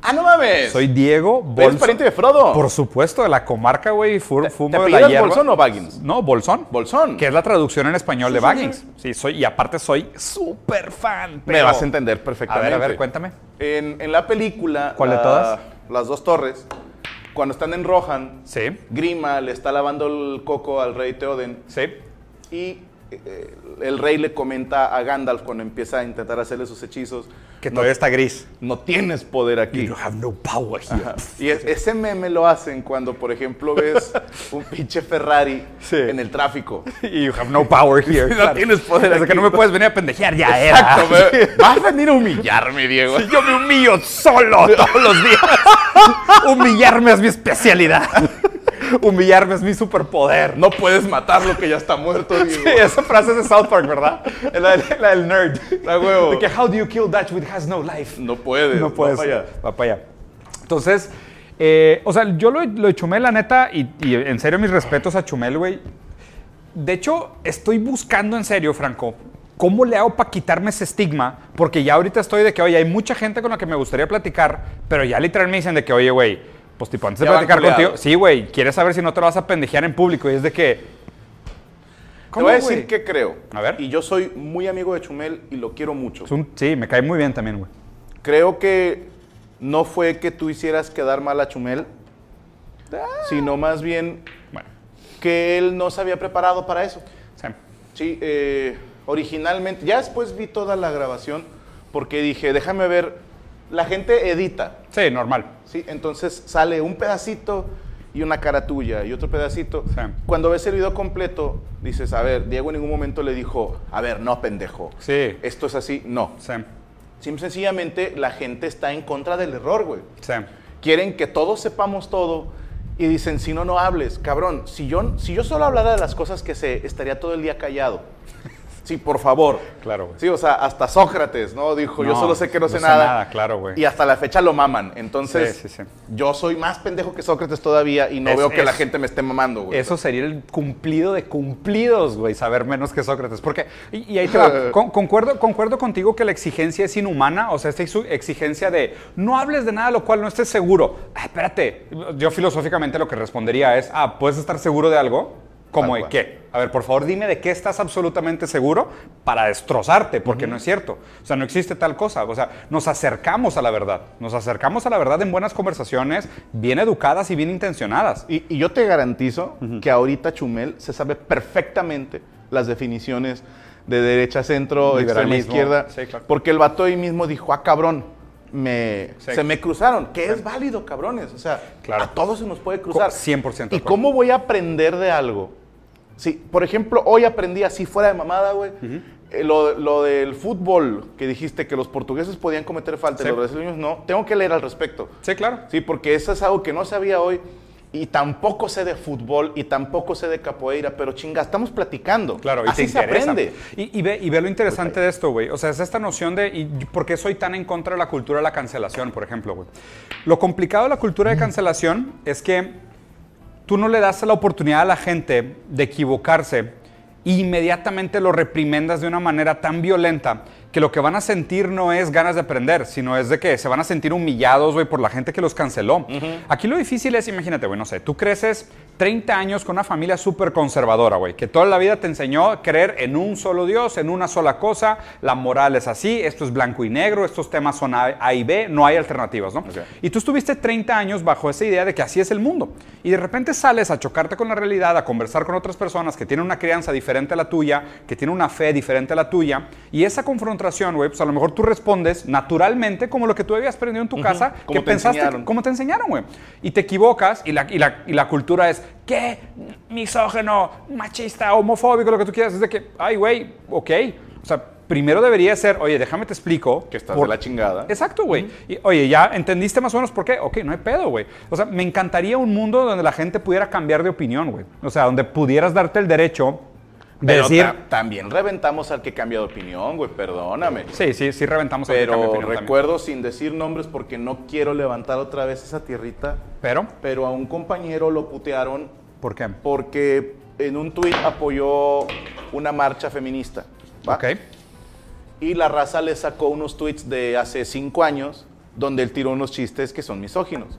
A: ¡Ah, no mames!
B: Soy Diego Bolsón.
A: ¿Eres pariente de Frodo?
B: Por supuesto, de la comarca, güey, fu- fumo
A: ¿Te
B: de la
A: apellidas
B: hierba.
A: Bolsón o Baggins?
B: No, Bolsón.
A: Bolsón.
B: Que es la traducción en español
A: Sí,
B: de
A: sí,
B: Baggins.
A: sí.
B: Sí, soy, y aparte soy súper fan.
A: Me vas a entender
B: A
A: perfectamente.
B: ver, a ver, cuéntame.
A: En, en la película.
B: ¿Cuál de
A: la-
B: todas?
A: Las dos torres. Cuando están en Rohan,
B: Sí,
A: Grima le está lavando el coco al rey Theoden
B: sí.
A: y eh, el rey le comenta a Gandalf cuando empieza a intentar hacerle sus hechizos.
B: Que
A: no,
B: todavía está gris.
A: no tienes poder aquí.
B: have no power here.
A: Ajá. Y es- ese meme lo hacen cuando, por ejemplo, ves un pinche Ferrari
B: Sí.
A: en el tráfico.
B: Y you have no power here.
A: No tienes poder
B: Desde que
A: aquí.
B: no me puedes venir a pendejear, ya
A: Exacto,
B: era.
A: me- vas a venir a humillarme, Diego.
B: Sí, Yo me humillo solo todos los días. Humillarme es mi especialidad. Humillarme es mi superpoder.
A: No puedes matarlo que ya está muerto, Diego.
B: Sí, esa frase es de South Park, ¿verdad? La, del- la del nerd.
A: A huevo.
B: De que, how do you kill that which has no life?
A: No puedes.
B: No puedes.
A: va para allá.
B: Va para allá. Entonces, eh, o sea, yo lo, lo de Chumel, la neta, y, y en serio mis respetos a Chumel, güey. De hecho, estoy buscando en serio, Franco, cómo le hago para quitarme ese estigma, porque ya ahorita estoy de que, oye, hay mucha gente con la que me gustaría platicar, pero ya literalmente me dicen de que, oye, güey, pues tipo, antes de
A: Ya van
B: platicar
A: culeados.
B: contigo, sí, güey, quieres saber si no te lo vas a pendejear en público, y es de que...
A: Te voy a decir
B: güey?
A: que creo.
B: A ver.
A: Y yo soy muy amigo de Chumel y lo quiero mucho.
B: Es un- sí, me cae muy bien también, güey.
A: Creo que no fue que tú hicieras quedar mal a Chumel, sino más bien
B: Ah. Bueno,
A: que él no se había preparado para eso.
B: sí.
A: Sí, eh, originalmente, ya después vi toda la grabación porque dije, déjame ver, la gente edita,
B: Sí, normal.
A: ¿sí? Entonces sale un pedacito y una cara tuya y otro pedacito.
B: Sí.
A: Cuando ves el video completo, dices, a ver, Diego en ningún momento le dijo, a ver, no, pendejo.
B: Sí.
A: Esto es así, no.
B: Sí,
A: Simple y sencillamente la gente está en contra del error, güey.
B: sí.
A: Quieren que todos sepamos todo y dicen, si no, no hables. Cabrón, si yo, si yo solo hablara de las cosas que sé, estaría todo el día callado. Sí, por favor.
B: Claro, güey.
A: Sí, o sea, hasta Sócrates, ¿no? Dijo, yo
B: No,
A: solo sé que no, sé, nada.
B: nada. claro, güey.
A: Y hasta la fecha lo maman. Entonces,
B: Sí, sí, sí.
A: yo soy más pendejo que Sócrates todavía y no
B: Es-
A: veo que la
B: es-
A: gente me esté mamando, güey.
B: Eso sería el cumplido de cumplidos, güey, saber menos que Sócrates. Porque, y, y ahí te va, con- concuerdo, concuerdo contigo que la exigencia es inhumana, o sea, esta ex- exigencia de no hables de nada de lo cual no estés seguro. Ah, espérate, yo filosóficamente lo que respondería es, ah, ¿puedes estar seguro de algo? ¿Como
A: Tal
B: de
A: cual.
B: qué? A ver, por favor, dime de qué estás absolutamente seguro para destrozarte, porque no es cierto. O sea, no existe tal cosa. O sea, nos acercamos a la verdad. Nos acercamos a la verdad en buenas conversaciones, bien educadas y bien intencionadas.
A: Y, y yo te garantizo que ahorita Chumel se sabe perfectamente las definiciones de derecha, centro, extrema
B: Liberalismo.
A: izquierda.
B: Sí, claro.
A: Porque el vato ahí mismo dijo, ah, cabrón, me,
B: Sí.
A: se me cruzaron. Que es válido, cabrones. O sea,
B: Claro.
A: a todos se nos puede cruzar.
B: Co- 100% de
A: ¿Y
B: acuerdo.
A: cómo voy a aprender de algo? Sí, por ejemplo, hoy aprendí así fuera de mamada, güey. eh, lo, lo del fútbol, que dijiste que los portugueses podían cometer falta y
B: Sí.
A: los brasileños no. Tengo que leer al respecto.
B: Sí, claro.
A: Sí, porque eso es algo que no sabía hoy y tampoco sé de fútbol y tampoco sé de capoeira, pero chinga, estamos platicando.
B: Claro, y
A: Así
B: te
A: se
B: interesa.
A: aprende.
B: Y, y ve, y ve lo interesante de esto, güey. O sea, es esta noción de y yo- por qué soy tan en contra de la cultura de la cancelación, por ejemplo, güey. Lo complicado de la cultura de cancelación es que tú no le das la oportunidad a la gente de equivocarse e inmediatamente lo reprimendas de una manera tan violenta que lo que van a sentir no es ganas de aprender, sino es de que se van a sentir humillados, güey, por la gente que los canceló. Aquí lo difícil es, imagínate, güey, no sé, tú creces 30 años con una familia súper conservadora, güey, que toda la vida te enseñó a creer en un solo Dios, en una sola cosa, la moral es así, esto es blanco y negro, estos temas son A, A y B, no hay alternativas, ¿no?
A: Ok.
B: Y tú estuviste 30 años bajo esa idea de que así es el mundo. Y de repente sales a chocarte con la realidad, a conversar con otras personas que tienen una crianza diferente a la tuya, que tienen una fe diferente a la tuya. Y esa confrontación, güey, pues a lo mejor tú respondes naturalmente como lo que tú habías aprendido en tu casa,
A: como
B: que
A: te
B: pensaste,
A: enseñaron.
B: como te enseñaron, güey. Y te equivocas y la, y la- y la cultura es, ¿qué? Misógeno, machista, homofóbico, lo que tú quieras. Es de que, ay, güey, ok. O sea, primero debería ser, oye, déjame te explico.
A: Que estás
B: por-
A: de la chingada.
B: Exacto, güey. Y, Oye, ya entendiste más o menos por qué. Ok, no hay pedo, güey. O sea, me encantaría un mundo donde la gente pudiera cambiar de opinión, güey. O sea, donde pudieras darte el derecho de
A: Pero
B: decir.
A: ta- también reventamos al que cambia de opinión, güey, perdóname.
B: Sí, sí, sí, reventamos al que cambie
A: pero
B: opinión también.
A: recuerdo sin decir nombres porque no quiero levantar otra vez esa tierrita,
B: Pero,
A: pero a un compañero lo putearon
B: ¿por qué?
A: porque en un tuit apoyó una marcha feminista. ¿va?
B: Ok.
A: Y la raza le sacó unos tweets de hace cinco años donde él tiró unos chistes que son misóginos.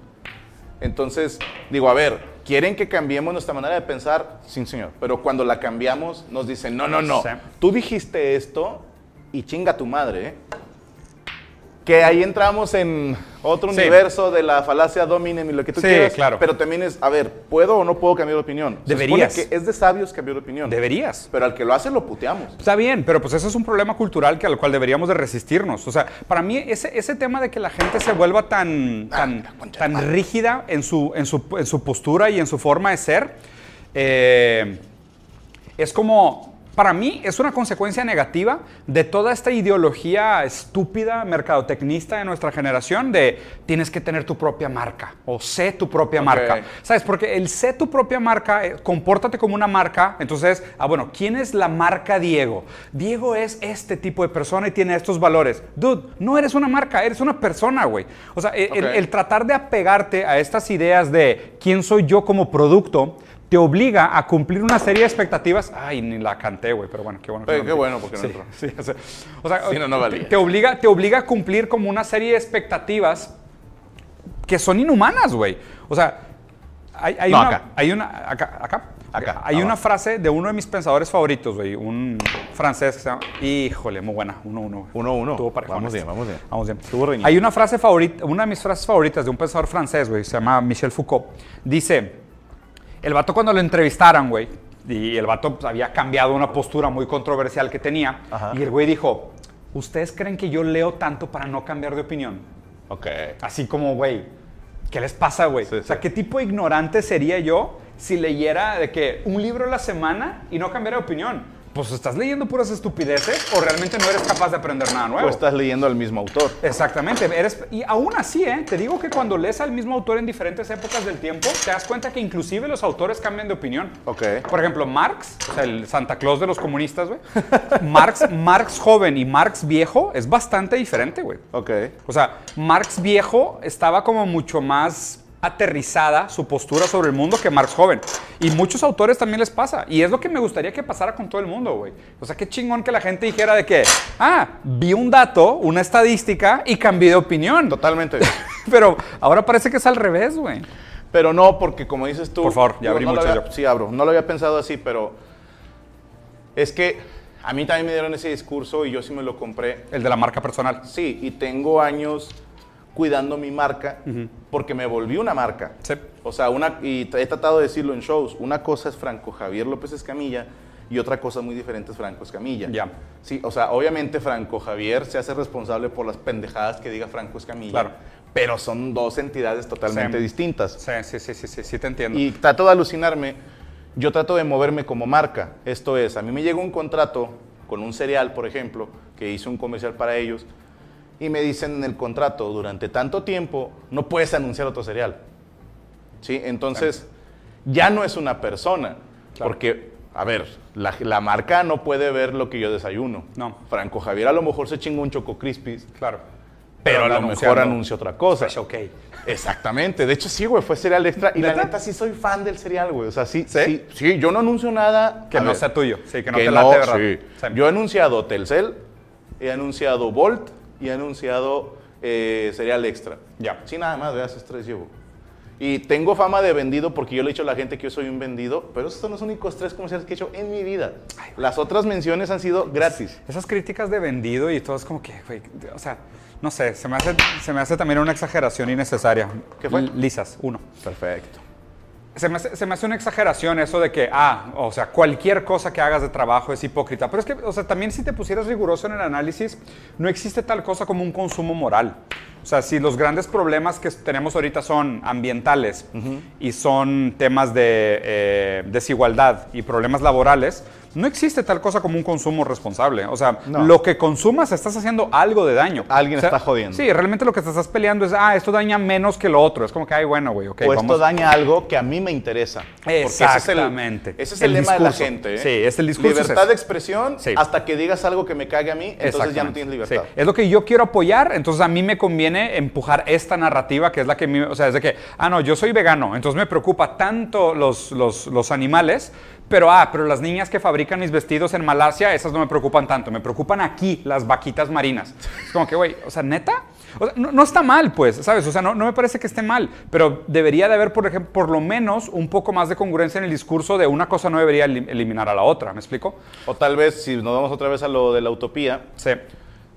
A: Entonces, digo, a ver, ¿quieren que cambiemos nuestra manera de pensar? Sí, señor. Pero cuando la cambiamos, nos dicen, no, no, no.
B: Sí.
A: Tú dijiste esto y chinga tu madre, ¿eh? Que ahí entramos en otro
B: Sí.
A: universo de la falacia dominem y lo que tú
B: Sí,
A: quieras.
B: claro.
A: Pero también es, a ver, ¿puedo o no puedo cambiar de opinión? Se supone
B: Deberías.
A: que es de sabios cambiar de opinión.
B: Deberías.
A: Pero al que lo hace, lo puteamos.
B: Está bien, pero pues eso es un problema cultural que al cual deberíamos de resistirnos. O sea, para mí ese, ese tema de que la gente se vuelva tan, tan,
A: Ah, la concha de
B: tan rígida en su, en, su, en su postura y en su forma de ser, eh, es como, para mí es una consecuencia negativa de toda esta ideología estúpida, mercadotecnista de nuestra generación de tienes que tener tu propia marca o sé tu propia marca. ¿Sabes? Porque el sé tu propia marca, eh, compórtate como una marca. Entonces, ah, bueno, ¿quién es la marca Diego? Diego es este tipo de persona y tiene estos valores. Dude, no eres una marca, eres una persona, güey. O sea, eh, el, el-
A: Ok.
B: el tratar de apegarte a estas ideas de quién soy yo como producto te obliga a cumplir una serie de expectativas. Ay, ni la canté, güey, pero bueno, qué bueno. que
A: Oye,
B: no
A: qué
B: la metí.
A: bueno, porque no
B: Sí,
A: entró.
B: sí, o sea, o sea,
A: Sí, no, no valía.
B: te- te obliga, te obliga a cumplir como una serie de expectativas que son inhumanas, güey. O sea, hay, hay
A: No,
B: una,
A: acá.
B: hay una acá, acá.
A: Acá,
B: Hay una
A: abajo.
B: frase de uno de mis pensadores favoritos, güey, un francés que se llama, híjole, muy buena, uno uno. güey.
A: 1-1.
B: Estuvo parejón
A: Vamos
B: este.
A: bien, vamos bien.
B: Vamos bien.
A: Estuvo reñido.
B: Hay una frase favorita, una de mis frases favoritas de un pensador francés, güey, se llama Michel Foucault. Dice, el vato cuando lo entrevistaran, güey, y el vato pues, había cambiado una postura muy controversial que tenía,
A: Ajá.
B: y el güey dijo, ¿ustedes creen que yo leo tanto para no cambiar de opinión?
A: Ok.
B: Así como, güey, ¿qué les pasa, güey?
A: Sí,
B: o sea,
A: sí.
B: ¿qué tipo de ignorante sería yo si leyera de que un libro a la semana y no cambiara de opinión? Pues estás leyendo puras estupideces o realmente no eres capaz de aprender nada nuevo.
A: O estás leyendo al mismo autor.
B: Exactamente, eres, y aún así, ¿eh? te digo que cuando lees al mismo autor en diferentes épocas del tiempo, te das cuenta que inclusive los autores cambian de opinión.
A: Ok.
B: Por ejemplo, Marx, o sea, el Santa Claus de los comunistas, güey. Marx, Marx joven y Marx viejo es bastante diferente, güey.
A: Ok.
B: O sea, Marx viejo estaba como mucho más aterrizada su postura sobre el mundo que Marx joven. Y muchos autores también les pasa. Y es lo que me gustaría que pasara con todo el mundo, güey. O sea, qué chingón que la gente dijera de que, ah, vi un dato, una estadística y cambié de opinión.
A: Totalmente.
B: Pero ahora parece que es al revés, güey.
A: Pero no, porque como dices tú.
B: Por favor, ya abrí
A: no lo
B: mucho
A: había-
B: yo.
A: Sí, abro. No lo había pensado así, pero. Es que a mí también me dieron ese discurso y yo sí me lo compré.
B: El de la marca personal.
A: Sí, y tengo años cuidando mi marca porque me volví una marca.
B: Sí.
A: O sea, una, y t- he tratado de decirlo en shows, una cosa es Franco Javier López Escamilla y otra cosa muy diferente es Franco Escamilla.
B: Ya.
A: Sí, o sea, obviamente Franco Javier se hace responsable por las pendejadas que diga Franco Escamilla,
B: Claro.
A: pero son dos entidades totalmente
B: Sí.
A: distintas.
B: Sí, sí, sí, sí, sí, sí te entiendo.
A: Y trato de alucinarme, yo trato de moverme como marca. Esto es, a mí me llegó un contrato con un cereal, por ejemplo, que hice un comercial para ellos, y me dicen en el contrato, durante tanto tiempo no puedes anunciar otro cereal. ¿Sí? Entonces, ya no es una persona,
B: Claro.
A: porque, a ver, la, la marca no puede ver lo que yo desayuno.
B: No.
A: Franco Javier a lo mejor se chingó un Choco Crispis,
B: claro.
A: pero, a lo
B: anunciando.
A: mejor anuncia otra cosa.
B: Fresh, ok.
A: Exactamente, de hecho sí, güey, fue cereal extra. Y
B: ¿Neta?
A: la neta sí soy fan del cereal, güey. O sea, sí,
B: ¿Sí?
A: sí, sí, yo no anuncio nada.
B: Que
A: a
B: no
A: ver,
B: sea tuyo. Sí, que
A: que
B: no te late,
A: no,
B: ¿verdad?
A: sí.
B: Sí.
A: Yo he anunciado Telcel, he anunciado Volt y he anunciado eh, cereal extra.
B: Ya.
A: Sí, nada más, veas, esos tres llevo. Y tengo fama de vendido porque yo le he dicho a la gente que yo soy un vendido, pero esos son los únicos tres comerciales que he hecho en mi vida. Las otras menciones han sido gratis.
B: Esas críticas de vendido y todo es como que, güey, o sea, no sé, se me hace, se me hace también una exageración innecesaria.
A: ¿Qué fue?
B: L- Lisas, uno.
A: Perfecto.
B: Se me, hace, se me hace una exageración eso de que, ah, o sea, cualquier cosa que hagas de trabajo es hipócrita. Pero es que, o sea, también si te pusieras riguroso en el análisis, no existe tal cosa como un consumo moral. O sea, si los grandes problemas que tenemos ahorita son ambientales y son temas de eh, desigualdad y problemas laborales, no existe tal cosa como un consumo responsable. O sea,
A: No.
B: lo que consumas estás haciendo algo de daño.
A: Alguien
B: O sea,
A: está jodiendo.
B: Sí, realmente lo que te estás peleando es, ah, esto daña menos que lo otro. Es como que, ay, bueno, güey, ok,
A: o esto
B: vamos-
A: daña algo que a mí me interesa. Porque ese es el-
B: Exactamente.
A: Ese es el,
B: El
A: lema
B: discurso.
A: de la gente. ¿eh?
B: Sí, es el discurso es
A: Libertad
B: ese.
A: de expresión
B: Sí.
A: hasta que digas algo que me cague a mí, entonces ya no
B: Exactamente.
A: tienes libertad.
B: Sí. Es lo que yo quiero apoyar, entonces a mí me conviene empujar esta narrativa que es la que, a mí- o sea, es de que, ah, no, yo soy vegano, entonces me preocupa tanto los, los, los animales, pero, ah, pero las niñas que fabrican mis vestidos en Malasia, esas no me preocupan tanto, me preocupan aquí las vaquitas marinas. Es como que, güey, o sea, neta. O sea, no, no está mal, pues, ¿sabes? O sea, no, no me parece que esté mal, pero debería de haber, por ejemplo, por lo menos un poco más de congruencia en el discurso de una cosa no debería elim- eliminar a la otra, ¿me explico?
A: O tal vez, si nos vamos otra vez a lo de la utopía,
B: Sí,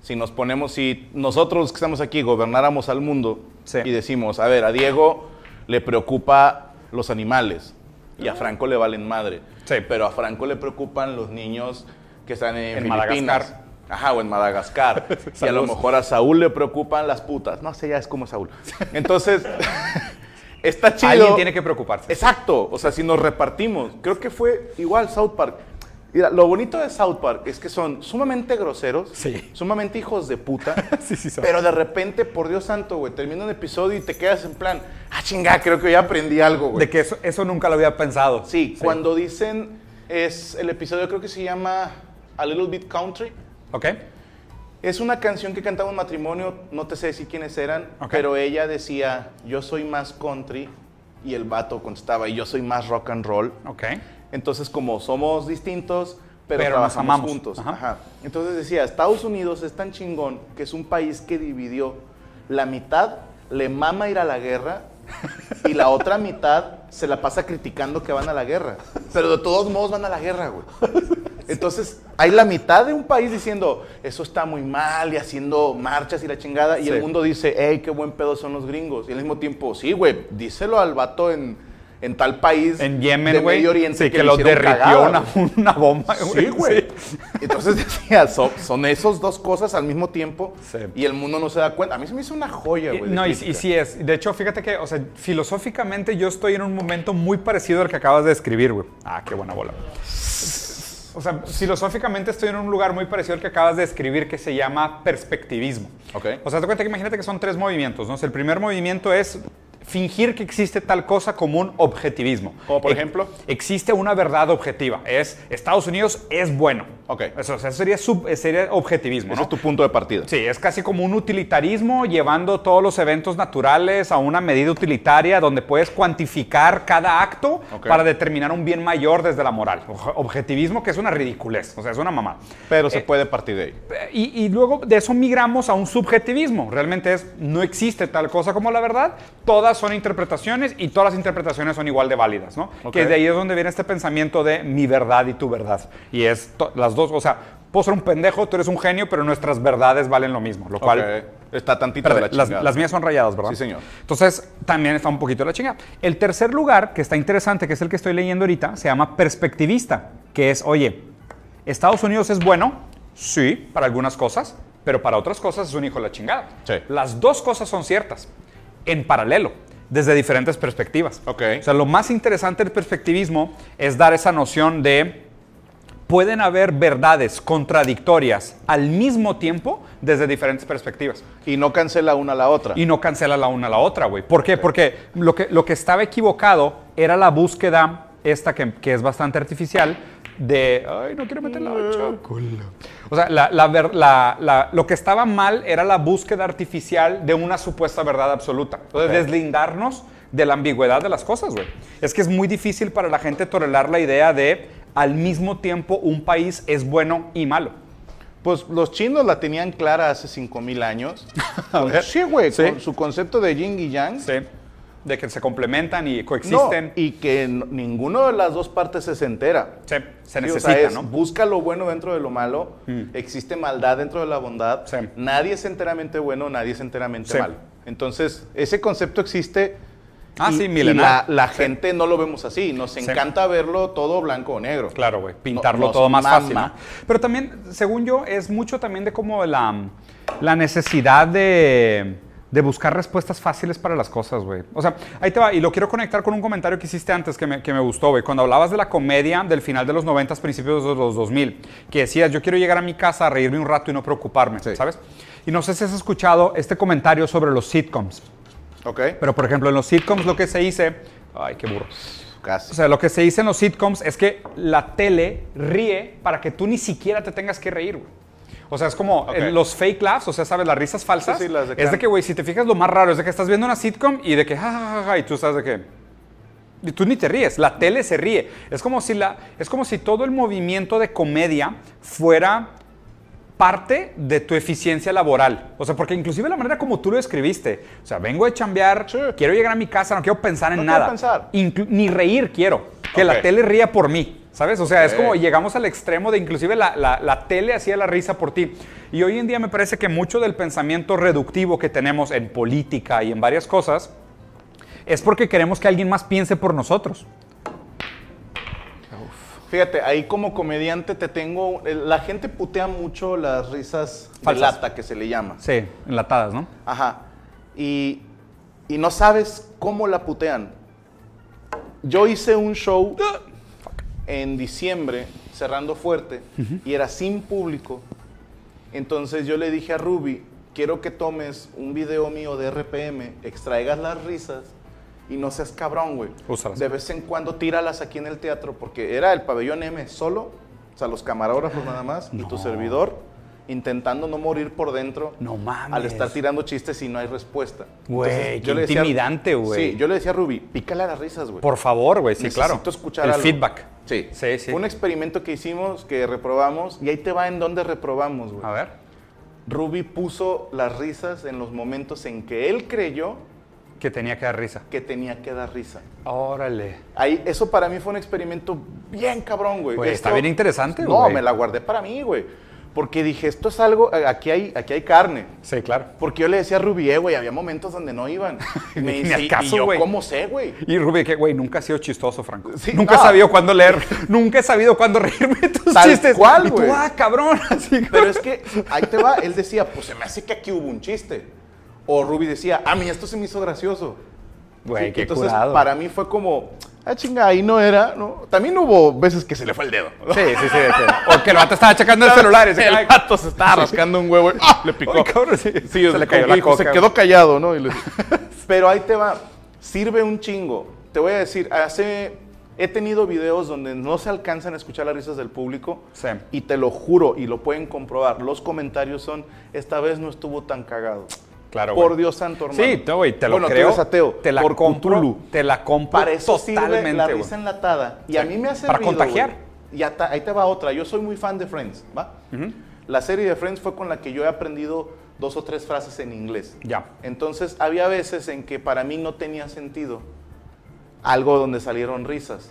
A: si nos ponemos, si nosotros que estamos aquí gobernáramos al mundo
B: Sí.
A: y decimos, a ver, a Diego le preocupa los animales y a Franco le valen madre.
B: Ah. Sí.
A: Pero a Franco le preocupan los niños que están en,
B: En
A: Filipinas.
B: Madagascar.
A: Ajá, o en Madagascar. y a lo
B: Saludos.
A: mejor a Saúl le preocupan las putas. No sé, ya es como Saúl. Entonces, está chido.
B: alguien tiene que preocuparse.
A: Exacto, o sea, si nos repartimos, creo que fue igual South Park. Mira, lo bonito de South Park es que son sumamente groseros,
B: Sí.
A: sumamente hijos de puta,
B: Sí, sí, son.
A: pero de repente, por Dios santo, güey, termina un episodio y te quedas en plan, ah, chinga, creo que ya aprendí algo, güey.
B: De que eso, eso nunca lo había pensado.
A: pues. Sí, cuando dicen, es el episodio creo que se llama A Little Bit Country,
B: ¿Ok?
A: es una canción que cantaba un matrimonio, no te sé decir quiénes eran,
B: Ok.
A: pero ella decía, yo soy más country Y el vato contestaba, y yo soy más rock and roll.
B: Ok.
A: Entonces, como somos distintos, pero,
B: Pero nos
A: trabajamos
B: amamos.
A: juntos.
B: Ajá.
A: Ajá. Entonces decía, Estados Unidos es tan chingón que es un país que dividió la mitad, le mama ir a la guerra, y la otra mitad se la pasa criticando que van a la guerra. Pero de todos modos van a la guerra, güey. Entonces, hay la mitad de un país diciendo, eso está muy mal, y haciendo marchas y la chingada, y
B: Sí.
A: el mundo dice, hey, qué buen pedo son los gringos. Y al mismo tiempo, sí, güey, díselo al vato en, en tal país
B: En Yemen,
A: de
B: güey.
A: Medio Oriente
B: Sí, que,
A: le
B: los
A: hicieron
B: derritió
A: cagada,
B: una,
A: güey.
B: una bomba, güey.
A: Sí, güey. Entonces decía, so- son, esos dos cosas al mismo tiempo
B: Sí.
A: y el mundo no se da cuenta. A mí se me hizo una joya,
B: Eh,
A: güey. de
B: No, y, y
A: crítica.
B: sí es. De hecho, fíjate que, o sea, filosóficamente yo estoy en un momento muy parecido al que acabas de describir, güey. Ah, qué buena bola. O sea, filosóficamente estoy en un lugar muy parecido al que acabas de describir que se llama perspectivismo.
A: Ok.
B: O sea, te cuenta que imagínate que son tres movimientos, ¿no? O sea, el primer movimiento es fingir que existe tal cosa como un objetivismo.
A: Como por
B: E-
A: ejemplo.
B: Existe una verdad objetiva. Es Estados Unidos es bueno.
A: Ok.
B: Eso, o sea, eso sería, sub- sería objetivismo,
A: Ese
B: ¿no?
A: es tu punto de partida.
B: Sí, es casi como un utilitarismo llevando todos los eventos naturales a una medida utilitaria donde puedes cuantificar cada acto
A: Ok.
B: para determinar un bien mayor desde la moral. Ojo- Objetivismo que es una ridiculez, o sea, es una mamá.
A: Pero se puede partir de ahí.
B: Y, y luego de eso migramos a un subjetivismo. Realmente es, no existe tal cosa como la verdad, todas son interpretaciones y todas las interpretaciones son igual de válidas, ¿no?
A: Ok.
B: Que de ahí es donde viene este pensamiento de mi verdad y tu verdad. Y es to- las dos, o sea, puedo ser un pendejo, tú eres un genio, pero nuestras verdades valen lo mismo, lo cual...
A: Ok. Está tantito
B: Espérate,
A: de la
B: las,
A: chingada.
B: las mías son rayadas, ¿verdad?
A: Sí, señor.
B: Entonces, también está un poquito de la chingada. El tercer lugar, que está interesante, que es el que estoy leyendo ahorita, se llama perspectivista, que es, oye, Estados Unidos es bueno, sí, para algunas cosas, pero para otras cosas es un hijo de la chingada.
A: Sí.
B: Las dos cosas son ciertas, en paralelo, desde diferentes perspectivas.
A: Ok.
B: O sea, lo más interesante del perspectivismo es dar esa noción de pueden haber verdades contradictorias al mismo tiempo desde diferentes perspectivas.
A: Y no cancela una a la otra.
B: Y no cancela la una a la otra, güey. ¿Por qué? Porque lo que, lo que estaba equivocado era la búsqueda, esta que, que es bastante artificial, de. Ay, no quiero meter la
A: Ah,
B: chocola. O sea, la- la ver- la- la- lo que estaba mal era la búsqueda artificial de una supuesta verdad absoluta. Entonces,
A: Ok.
B: deslindarnos de la ambigüedad de las cosas, güey. Es que es muy difícil para la gente tolerar la idea de al mismo tiempo un país es bueno y malo.
A: Pues los chinos la tenían clara hace 5000 años. Con- sí, güey,
B: Sí.
A: con su concepto de yin y yang.
B: Sí. De que se complementan y
A: No,
B: coexisten.
A: y que n- ninguno de las dos partes se se entera.
B: Sí,
A: Sí,
B: se
A: o
B: necesita,
A: sea, es,
B: ¿no? Mm.
A: Busca lo bueno dentro de lo malo. Existe maldad dentro de la bondad.
B: Sí.
A: Nadie es enteramente bueno, nadie es enteramente
B: Sí.
A: malo. Entonces, ese concepto existe.
B: Ah,
A: y-
B: sí,
A: y
B: milenar.
A: la, la
B: Sí.
A: gente no lo vemos así. Nos encanta verlo todo blanco o negro.
B: Claro, güey, pintarlo
A: nos
B: todo más
A: mama.
B: fácil. ¿no? Pero también, según yo, es mucho también de como la, la necesidad de, de buscar respuestas fáciles para las cosas, güey. O sea, ahí te va, y lo quiero conectar con un comentario que hiciste antes que me, que me gustó, güey, cuando hablabas de la comedia del final de los 90, principios de los 2000, que decías, yo quiero llegar a mi casa a reírme un rato y no preocuparme,
A: Sí.
B: ¿sabes? Y no sé si has escuchado este comentario sobre los sitcoms.
A: Ok,
B: Pero, por ejemplo, en los sitcoms lo que se dice... Ay, qué burro.
A: casi.
B: O sea, lo que se dice en los sitcoms es que la tele ríe para que tú ni siquiera te tengas que reír, güey. O sea, es como
A: Ok.
B: eh, los fake laughs, o sea, ¿sabes? Las risas falsas.
A: Sí, sí, las de
B: es de
A: Khan.
B: que, güey, si te fijas, lo más raro es de que estás viendo una sitcom y de que, ja, ja, ja, ja, y tú estás de que... Y tú ni te ríes, la tele se ríe. Es como si, la, es como si todo el movimiento de comedia fuera parte de tu eficiencia laboral. O sea, porque inclusive la manera como tú lo escribiste, o sea, vengo de chambear,
A: Sí.
B: quiero llegar a mi casa, no quiero pensar en
A: No quiero
B: nada.
A: pensar.
B: Inclu- ni reír quiero. Que la
A: Ok.
B: tele ría por mí. ¿Sabes? O sea, es
A: Ok.
B: como llegamos al extremo de inclusive la, la- la tele hacía la risa por ti. Y hoy en día me parece que mucho del pensamiento reductivo que tenemos en política y en varias cosas es porque queremos que alguien más piense por nosotros.
A: Fíjate, ahí como comediante te tengo. eh, La gente putea mucho las risas de
B: Falsas.
A: lata que se le llama.
B: Sí, enlatadas, ¿no?
A: Ajá. Y, y no sabes cómo la putean. Yo hice un show en diciembre, cerrando fuerte, y era sin público. Entonces yo le dije a Ruby, quiero que tomes un video mío de RPM, extraigas las risas y no seas cabrón, güey.
B: Úsalas.
A: De vez en cuando tíralas aquí en el teatro, porque era el pabellón M solo, o sea, los camarógrafos nada más, y tu servidor, intentando no morir por dentro
C: No mames.
A: al estar tirando chistes y no hay respuesta.
C: Güey,
A: Entonces,
C: qué intimidante, güey.
A: Sí, yo le decía a Ruby, pícale a las risas, güey.
B: Por favor, güey, sí,
A: Necesito
B: claro.
A: escuchar
B: El
A: algo.
B: feedback.
A: Sí.
B: Sí, sí.
A: Un experimento que hicimos que reprobamos y ahí te va en dónde reprobamos, güey.
B: A ver.
A: Ruby puso las risas en los momentos en que él creyó
B: Que tenía que dar risa.
A: que tenía que dar risa.
B: Órale.
A: Ahí, eso para mí fue un experimento bien cabrón, güey.
B: Güey, está bien interesante,
A: No,
B: güey.
A: me la guardé para mí, güey. Porque dije, esto es algo, a- aquí hay, aquí hay carne.
B: Sí, claro.
A: Porque yo le decía a Rubí, eh, güey, había momentos donde no iban. Y Me
B: Ni
A: dice,
B: al
A: "¿Y-
B: caso,
A: ¿y yo
B: güey".
A: cómo sé, güey?
B: Y Rubí, que güey, nunca ha sido chistoso, Franco.
A: Sí,
B: nunca
A: no.
B: he sabido cuándo leer, nunca he sabido cuándo reírme de tus
A: Tal
B: chistes.
A: cual,
B: y tú,
A: güey.
B: ah, cabrón. Así,
A: Pero es que ahí te va, él decía, pues se me hace que aquí hubo un chiste. O Ruby decía, a mí esto se me hizo gracioso.
B: Güey,
A: Sí,
B: qué
A: Entonces,
B: curado.
A: para mí fue como, ah, chinga, ahí no era, ¿no? También hubo veces que se le fue el dedo.
B: Sí, sí, sí. sí. O que el vato estaba checando el celular. Y se
A: El gato se estaba rascando un huevo. y, ¡ah! Le picó.
B: Ay, cabrón, sí.
A: Sí, se le cayó la Se
B: coca.
A: quedó callado, ¿no? Y le- Pero ahí te va. Sirve un chingo. Te voy a decir, hace... He tenido videos donde no se alcanzan a escuchar las risas del público.
B: Sí.
A: Y te lo juro, y lo pueden comprobar, los comentarios son, esta vez no estuvo tan cagado.
B: Claro,
A: Por
B: güey.
A: Dios santo, hermano.
B: Sí, no, güey, te lo
A: bueno,
B: creo.
A: Tú eres ateo.
B: Te la
A: por
B: compro.
A: Cthulhu.
B: Te la compro
A: Para eso sirve la
B: totalmente, güey.
A: risa enlatada. Y a mí me ha
B: Para
A: servido,
B: contagiar.
A: güey. Y hasta- ahí te va otra. Yo soy muy fan de Friends, ¿va? La serie de Friends fue con la que yo he aprendido dos o tres frases en inglés.
B: Ya.
A: Entonces, había veces en que para mí no tenía sentido algo donde salieron risas.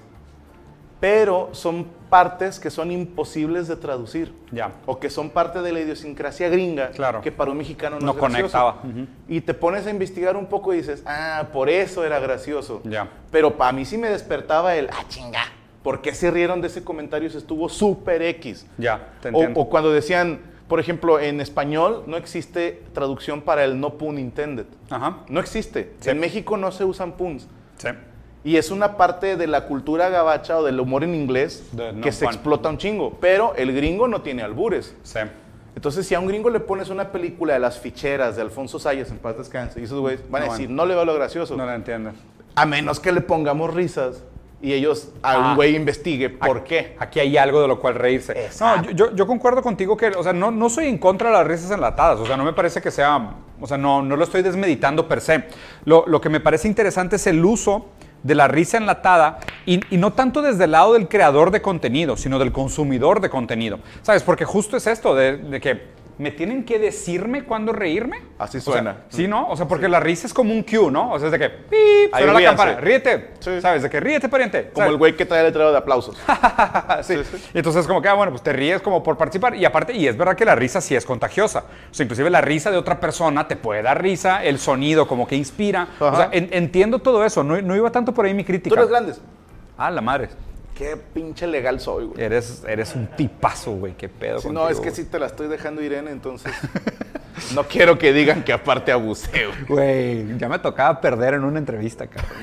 A: Pero son partes que son imposibles de traducir.
B: Ya.
A: O que son parte de la idiosincrasia gringa.
B: Claro.
A: Que para un mexicano no,
B: No
A: es gracioso.
B: conectaba. Ujú.
A: Y te pones a investigar un poco y dices, ah, por eso era gracioso.
B: Ya.
A: Pero para mí sí me despertaba el, ah, chinga, ¿por qué se rieron de ese comentario si estuvo súper X?
B: Ya, te
A: O,
B: entiendo.
A: o cuando decían, por ejemplo, en español no existe traducción para el no pun intended.
B: Ajá.
A: No existe.
B: Sí.
A: En México no se usan puns.
B: Sí.
A: Y es una parte de la cultura gabacha o del humor en inglés
B: De no
A: que se
B: pun.
A: explota un chingo. Pero el gringo no tiene albures.
B: Sí.
A: Entonces, si a un gringo le pones una película de las ficheras de Alfonso Sayas en paz descanse, y esos güeyes van a
B: No,
A: decir,
B: bueno.
A: no le veo lo gracioso.
B: No la entiendes.
A: A menos que le pongamos risas y ellos, a
B: Ah.
A: un güey investigue por
B: Aquí-
A: qué.
B: Aquí hay algo de lo cual reírse. No, yo, yo- yo concuerdo contigo que, o sea, no, no soy en contra de las risas enlatadas. O sea, no me parece que sea, o sea, no, no lo estoy desmeditando per se. Lo, lo que me parece interesante es el uso de la risa enlatada y, y no tanto desde el lado del creador de contenido, sino del consumidor de contenido. ¿Sabes? Porque justo es esto de, de que me tienen que decirme cuándo reírme.
A: Así
B: O sea,
A: suena.
B: sí, ¿no? O sea, porque la risa es como un cue, ¿no? O sea, es de que, ¡pip!
A: Ahí
B: Suena la
A: ríanse.
B: campana, ríete.
A: Sí.
B: ¿Sabes? De que ríete, pariente.
A: Como
B: ¿sabes?
A: el güey que trae el letrero de aplausos.
B: Sí. Y entonces como que, ah, bueno, pues te ríes como por participar. Y aparte, y es verdad que la risa sí es contagiosa. O sea, inclusive la risa de otra persona te puede dar risa, el sonido como que inspira. O
A: Ajá.
B: sea, en- entiendo todo eso. No, no iba tanto por ahí mi
A: Tú
B: crítica.
A: eres grandes.
B: Ah, la madre.
A: Qué pinche legal soy, güey.
B: Eres, eres un tipazo, güey. Qué pedo
A: Si
B: contigo,
A: no, es que
B: güey.
A: si te la estoy dejando, Irene, entonces no quiero que digan que aparte abusé, güey.
B: Güey, ya me tocaba perder en una entrevista, cabrón.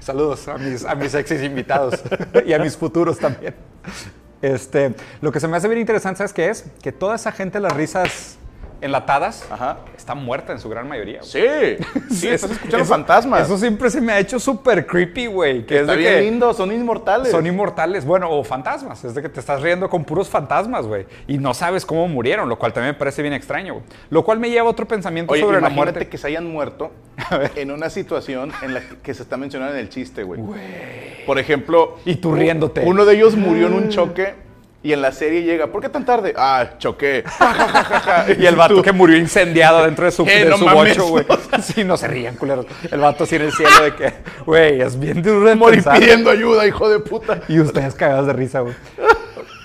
B: Saludos a mis, a mis exes invitados y a mis futuros también. Este, lo que se me hace bien interesante, ¿sabes qué es? Que toda esa gente, las risas enlatadas,
A: Ajá.
B: está muerta en su gran mayoría. güey.
A: Sí, sí,
B: Eso-
A: estás escuchando
B: eso-
A: fantasmas.
B: Eso siempre se me ha hecho súper creepy, güey. Que
A: Está
B: es de
A: bien
B: que
A: lindo, son inmortales.
B: son inmortales, bueno, o fantasmas. Es de que te estás riendo con puros fantasmas, güey. Y no sabes cómo murieron, lo cual también me parece bien extraño. güey. Lo cual me lleva a otro pensamiento
A: Oye,
B: sobre la
A: imagínate
B: muerte.
A: que se hayan muerto en una situación en la que- que se está mencionando en el chiste, güey. Por ejemplo...
B: Y tú riéndote. Mm.
A: Uno de ellos murió en un choque y en la serie llega, ¿por qué tan tarde? Ah, choqué.
B: Y el vato que murió incendiado dentro de su,
A: Eh,
B: de
A: no
B: su
A: mames.
B: bocho, güey. Sí, no se rían, culeros. El vato así en el cielo de que, güey, es bien duro de
A: morí
B: pensar.
A: pidiendo ayuda, hijo de puta.
B: Y ustedes cagados de risa, güey.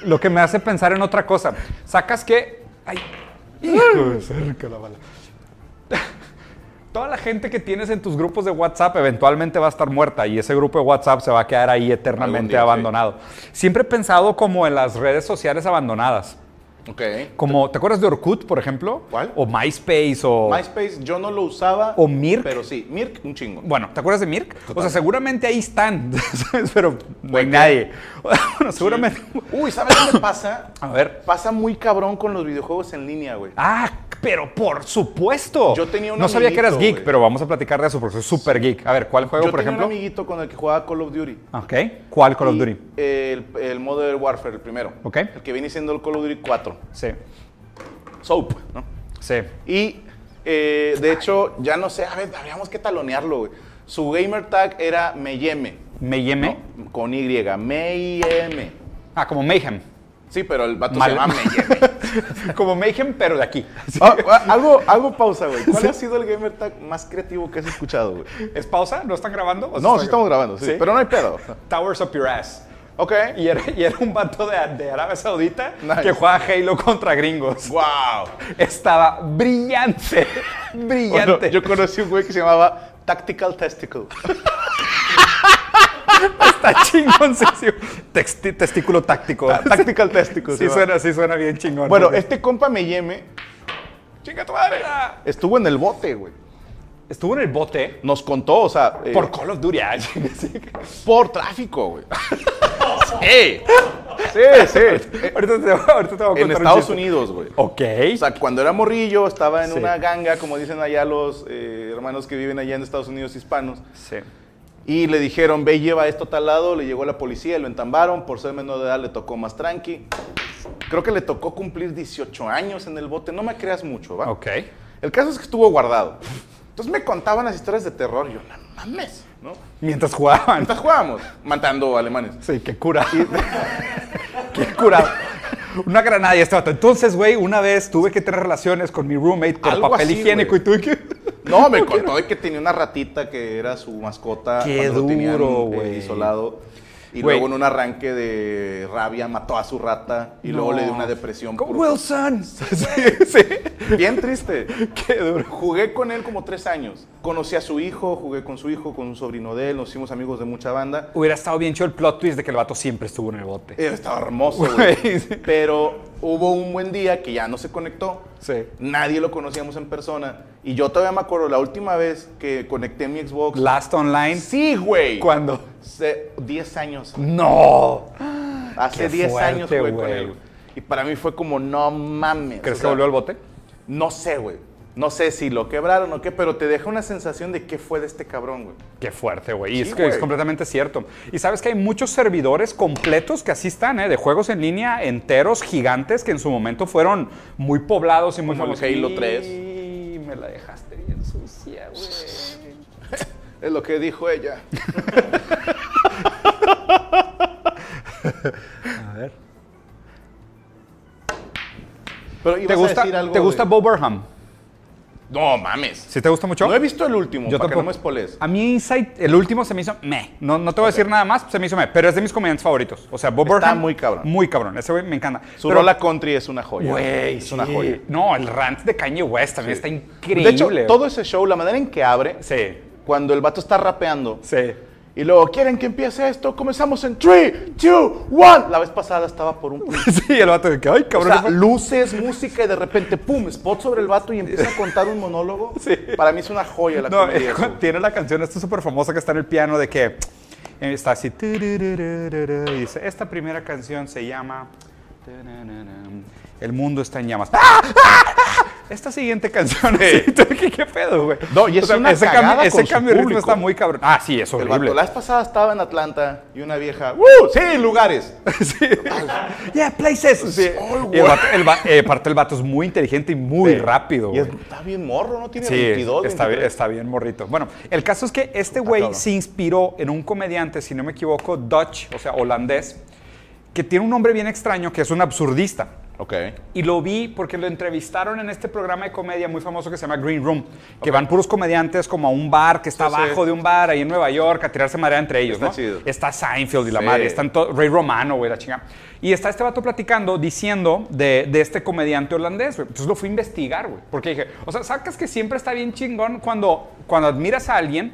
B: Lo que me hace pensar en otra cosa. Sacas que... Ay, hijo de cerca la bala. Toda la gente que tienes en tus grupos de WhatsApp eventualmente va a estar muerta y ese grupo de WhatsApp se va a quedar ahí
A: Algún
B: eternamente
A: día, sí.
B: abandonado. Siempre he pensado como en las redes sociales abandonadas.
A: Ok.
B: Como, ¿te acuerdas de Orkut, por ejemplo?
A: ¿Cuál?
B: O MySpace o...
A: MySpace yo no lo usaba.
B: O Mirk.
A: Pero sí, Mirk, un chingo.
B: Bueno, ¿te acuerdas de Mirk? O sea, seguramente ahí están, ¿sabes? Pero no
A: Güey,
B: hay nadie. bueno, seguramente.
A: Uy, ¿sabes qué me pasa?
B: A ver.
A: Pasa muy cabrón con los videojuegos en línea, güey.
B: Ah, pero por supuesto.
A: Yo tenía un
B: No sabía que eras
A: amiguito,
B: geek,
A: güey.
B: pero vamos a platicar de eso porque soy súper geek. A ver, ¿cuál juego,
A: Yo
B: por
A: tenía
B: ejemplo?
A: un amiguito con el que jugaba Call of Duty.
B: Ok. ¿Cuál Call of
A: Y
B: Duty?
A: El, el Modern Warfare, el primero.
B: Ok.
A: El que viene siendo el Call of Duty 4.
B: Sí.
A: Soap, ¿no?
B: Sí.
A: Y eh, de hecho, ya no sé, a ver, habríamos que talonearlo, güey. Su gamer tag era Meyeme,
B: Me llamé.
A: con Y, Meyeme.
B: Ah, como Mayhem.
A: Sí, pero el vato
B: Mal.
A: se llama Meyeme.
B: como Mayhem, pero de aquí.
A: Ah, ah, algo, algo pausa, güey. ¿Cuál
B: Sí.
A: ha sido el gamer tag más creativo que has escuchado, güey?
B: ¿Es pausa? ¿No están grabando? ¿O
A: No,
B: está
A: sí estamos grabando, sí,
B: ¿Sí?
A: pero no hay pedo.
B: Towers Up Your Ass.
A: Ok.
B: Y era, y era un vato de, de Arabia Saudita
A: Nice.
B: que juega Halo contra gringos.
A: Wow.
B: Estaba brillante. brillante.
A: Bueno, yo conocí un güey que se llamaba Tactical Testicle.
B: Está chingón, sí, sí. Texti- testículo táctico.
A: Tactical Testicle. se
B: Sí
A: llama.
B: suena, sí suena bien chingón.
A: Bueno,
B: Sí.
A: este compa Meyeme
B: ¡Chinga tu madre! Ah.
A: estuvo en el bote, güey.
B: Estuvo en el bote
A: Nos contó, o sea, eh,
B: por Call of Duty. ah, chinga, sí.
A: por tráfico, güey. sí. Sí, sí.
B: Ahorita te, ahorita te voy a contar
A: En
B: un
A: Estados
B: chiste.
A: Unidos, güey.
B: Ok.
A: O sea, cuando era morrillo, estaba en
B: Sí.
A: una ganga, como dicen allá los eh, hermanos que viven allá en Estados Unidos hispanos.
B: sí.
A: Y le dijeron, ve, y lleva esto a tal lado. Le llegó la policía, lo entambaron. Por ser menor de edad, le tocó más tranqui. Creo que le tocó cumplir 18 años en el bote. No me creas mucho, ¿va?
B: Ok.
A: El caso es que estuvo guardado. Entonces me contaban las historias de terror. Y yo, no mames, ¿no?
B: Mientras jugaban.
A: Entonces jugábamos, matando alemanes.
B: Sí, qué cura. qué cura. Una granada y este vato. Entonces, güey, una vez tuve que tener relaciones con mi roommate por
A: Algo
B: papel
A: así,
B: higiénico
A: güey.
B: y tuve que.
A: No, me contó de que tenía una ratita que era su mascota.
B: Qué
A: cuando lo tenían,
B: duro,
A: eh,
B: güey.
A: isolado. Y
B: Güey.
A: luego en un arranque de rabia mató a su rata y luego
B: No.
A: le dio una depresión.
B: Con
A: por-
B: Wilson. Sí, sí.
A: Bien triste.
B: Qué duro.
A: Jugué con él como tres años. Conocí a su hijo, jugué con su hijo, con un sobrino de él, nos hicimos amigos de mucha banda.
B: Hubiera estado bien chido el plot twist de que el vato siempre estuvo en el bote.
A: Eh, Estaba hermoso,
B: Güey,
A: güey.
B: sí.
A: Pero hubo un buen día que ya no se conectó.
B: Sí.
A: Nadie lo conocíamos en persona. Y yo todavía me acuerdo la última vez que conecté mi Xbox.
B: Last Online.
A: Sí, güey.
B: ¿Cuándo?
A: Hace 10 años.
B: No.
A: Hace
B: Qué
A: 10
B: fuerte,
A: años jugué con
B: güey.
A: él. güey. Y para mí fue como, no mames. O
B: ¿Crees que
A: sea,
B: volvió al bote?
A: No sé, güey. No sé si lo quebraron o qué, pero te deja una sensación de qué fue de este cabrón, güey.
B: Qué fuerte, güey. Y
A: Sí,
B: es que es
A: güey.
B: completamente cierto. Y sabes que hay muchos servidores completos que así están, ¿eh? De juegos en línea enteros, gigantes, que en su momento fueron muy poblados y muy
A: Como el
B: famosos.
A: Halo 3.
B: Y me la dejaste bien sucia, güey.
A: Es lo que dijo ella.
B: A ver.
A: Pero ibas
B: ¿Te
A: a
B: gusta,
A: decir algo.
B: ¿te gusta
A: de-
B: Bo Burnham?
A: No mames.
B: ¿Sí te gusta mucho?
A: No he visto el último, para que no me spoilees.
B: A mí Inside, el último se me hizo meh. No, no te voy a decir nada más, se me hizo meh. Pero es de mis comediantes favoritos. O sea, Bob
A: Está
B: Burnham,
A: muy cabrón.
B: Muy cabrón. Ese güey me encanta.
A: Su
B: Pero-
A: rola country es una joya.
B: Güey,
A: es una
B: sí.
A: joya.
B: No, el rant de Kanye West también está increíble.
A: De hecho, todo ese show, la manera en que abre,
B: Sí,
A: cuando el vato está rapeando,
B: sí.
A: Y luego, ¿quieren que empiece esto? Comenzamos en 3, 2, 1. La vez pasada estaba por un...
B: Sí, el vato de que, ay,
A: O
B: cabrón.
A: sea,
B: ¿qué fue?
A: luces, música y de repente, pum, spot sobre el vato y empieza a contar un monólogo.
B: Sí.
A: Para mí es una joya la
B: no,
A: comedia.
B: eh,
A: güey.
B: tiene la canción esta súper famosa que está en el piano de que eh, está así. turururururu, Y dice, esta primera canción se llama El mundo está en llamas. ¡Ah! ¡Ah! ¡Ah! Esta siguiente canción, así, tú, ¿qué, qué pedo, güey?
A: No, y es una
B: ese
A: cagada
B: cambio,
A: con
B: ese
A: su
B: cambio de ritmo
A: público.
B: está muy cabrón. Ah, sí, es
A: El vato,
B: horrible.
A: la vez pasada estaba en Atlanta y una vieja, ¡Uh! ¡Sí, lugares!
B: Sí. Yeah, places. Sí.
A: Ay,
B: Y el vato, el va- eh, aparte, el vato es muy inteligente y muy
A: Sí.
B: rápido.
A: Y es-
B: güey.
A: está bien morro, ¿no? Tiene
B: Sí,
A: 22,
B: está, bien,
A: 23.
B: está bien morrito. Bueno, el caso es que este güey
A: cabrón.
B: se inspiró en un comediante, si no me equivoco, Dutch, o sea, holandés, que tiene un nombre bien extraño, que es un absurdista.
A: Ok.
B: Y lo vi porque lo entrevistaron en este programa de comedia muy famoso que se llama Green Room, que van puros comediantes como a un bar que está
A: Sí, sí.
B: abajo de un bar ahí en Nueva York a tirarse madera entre ellos,
A: Está
B: ¿no?
A: chido.
B: Está Seinfeld y la
A: Sí.
B: madre, están to- Ray Romano, güey, la chingada. Y está este vato platicando, diciendo de, de este comediante holandés, güey. Entonces lo fui a investigar, güey, porque dije, o sea, sacas que siempre está bien chingón cuando, cuando admiras a alguien,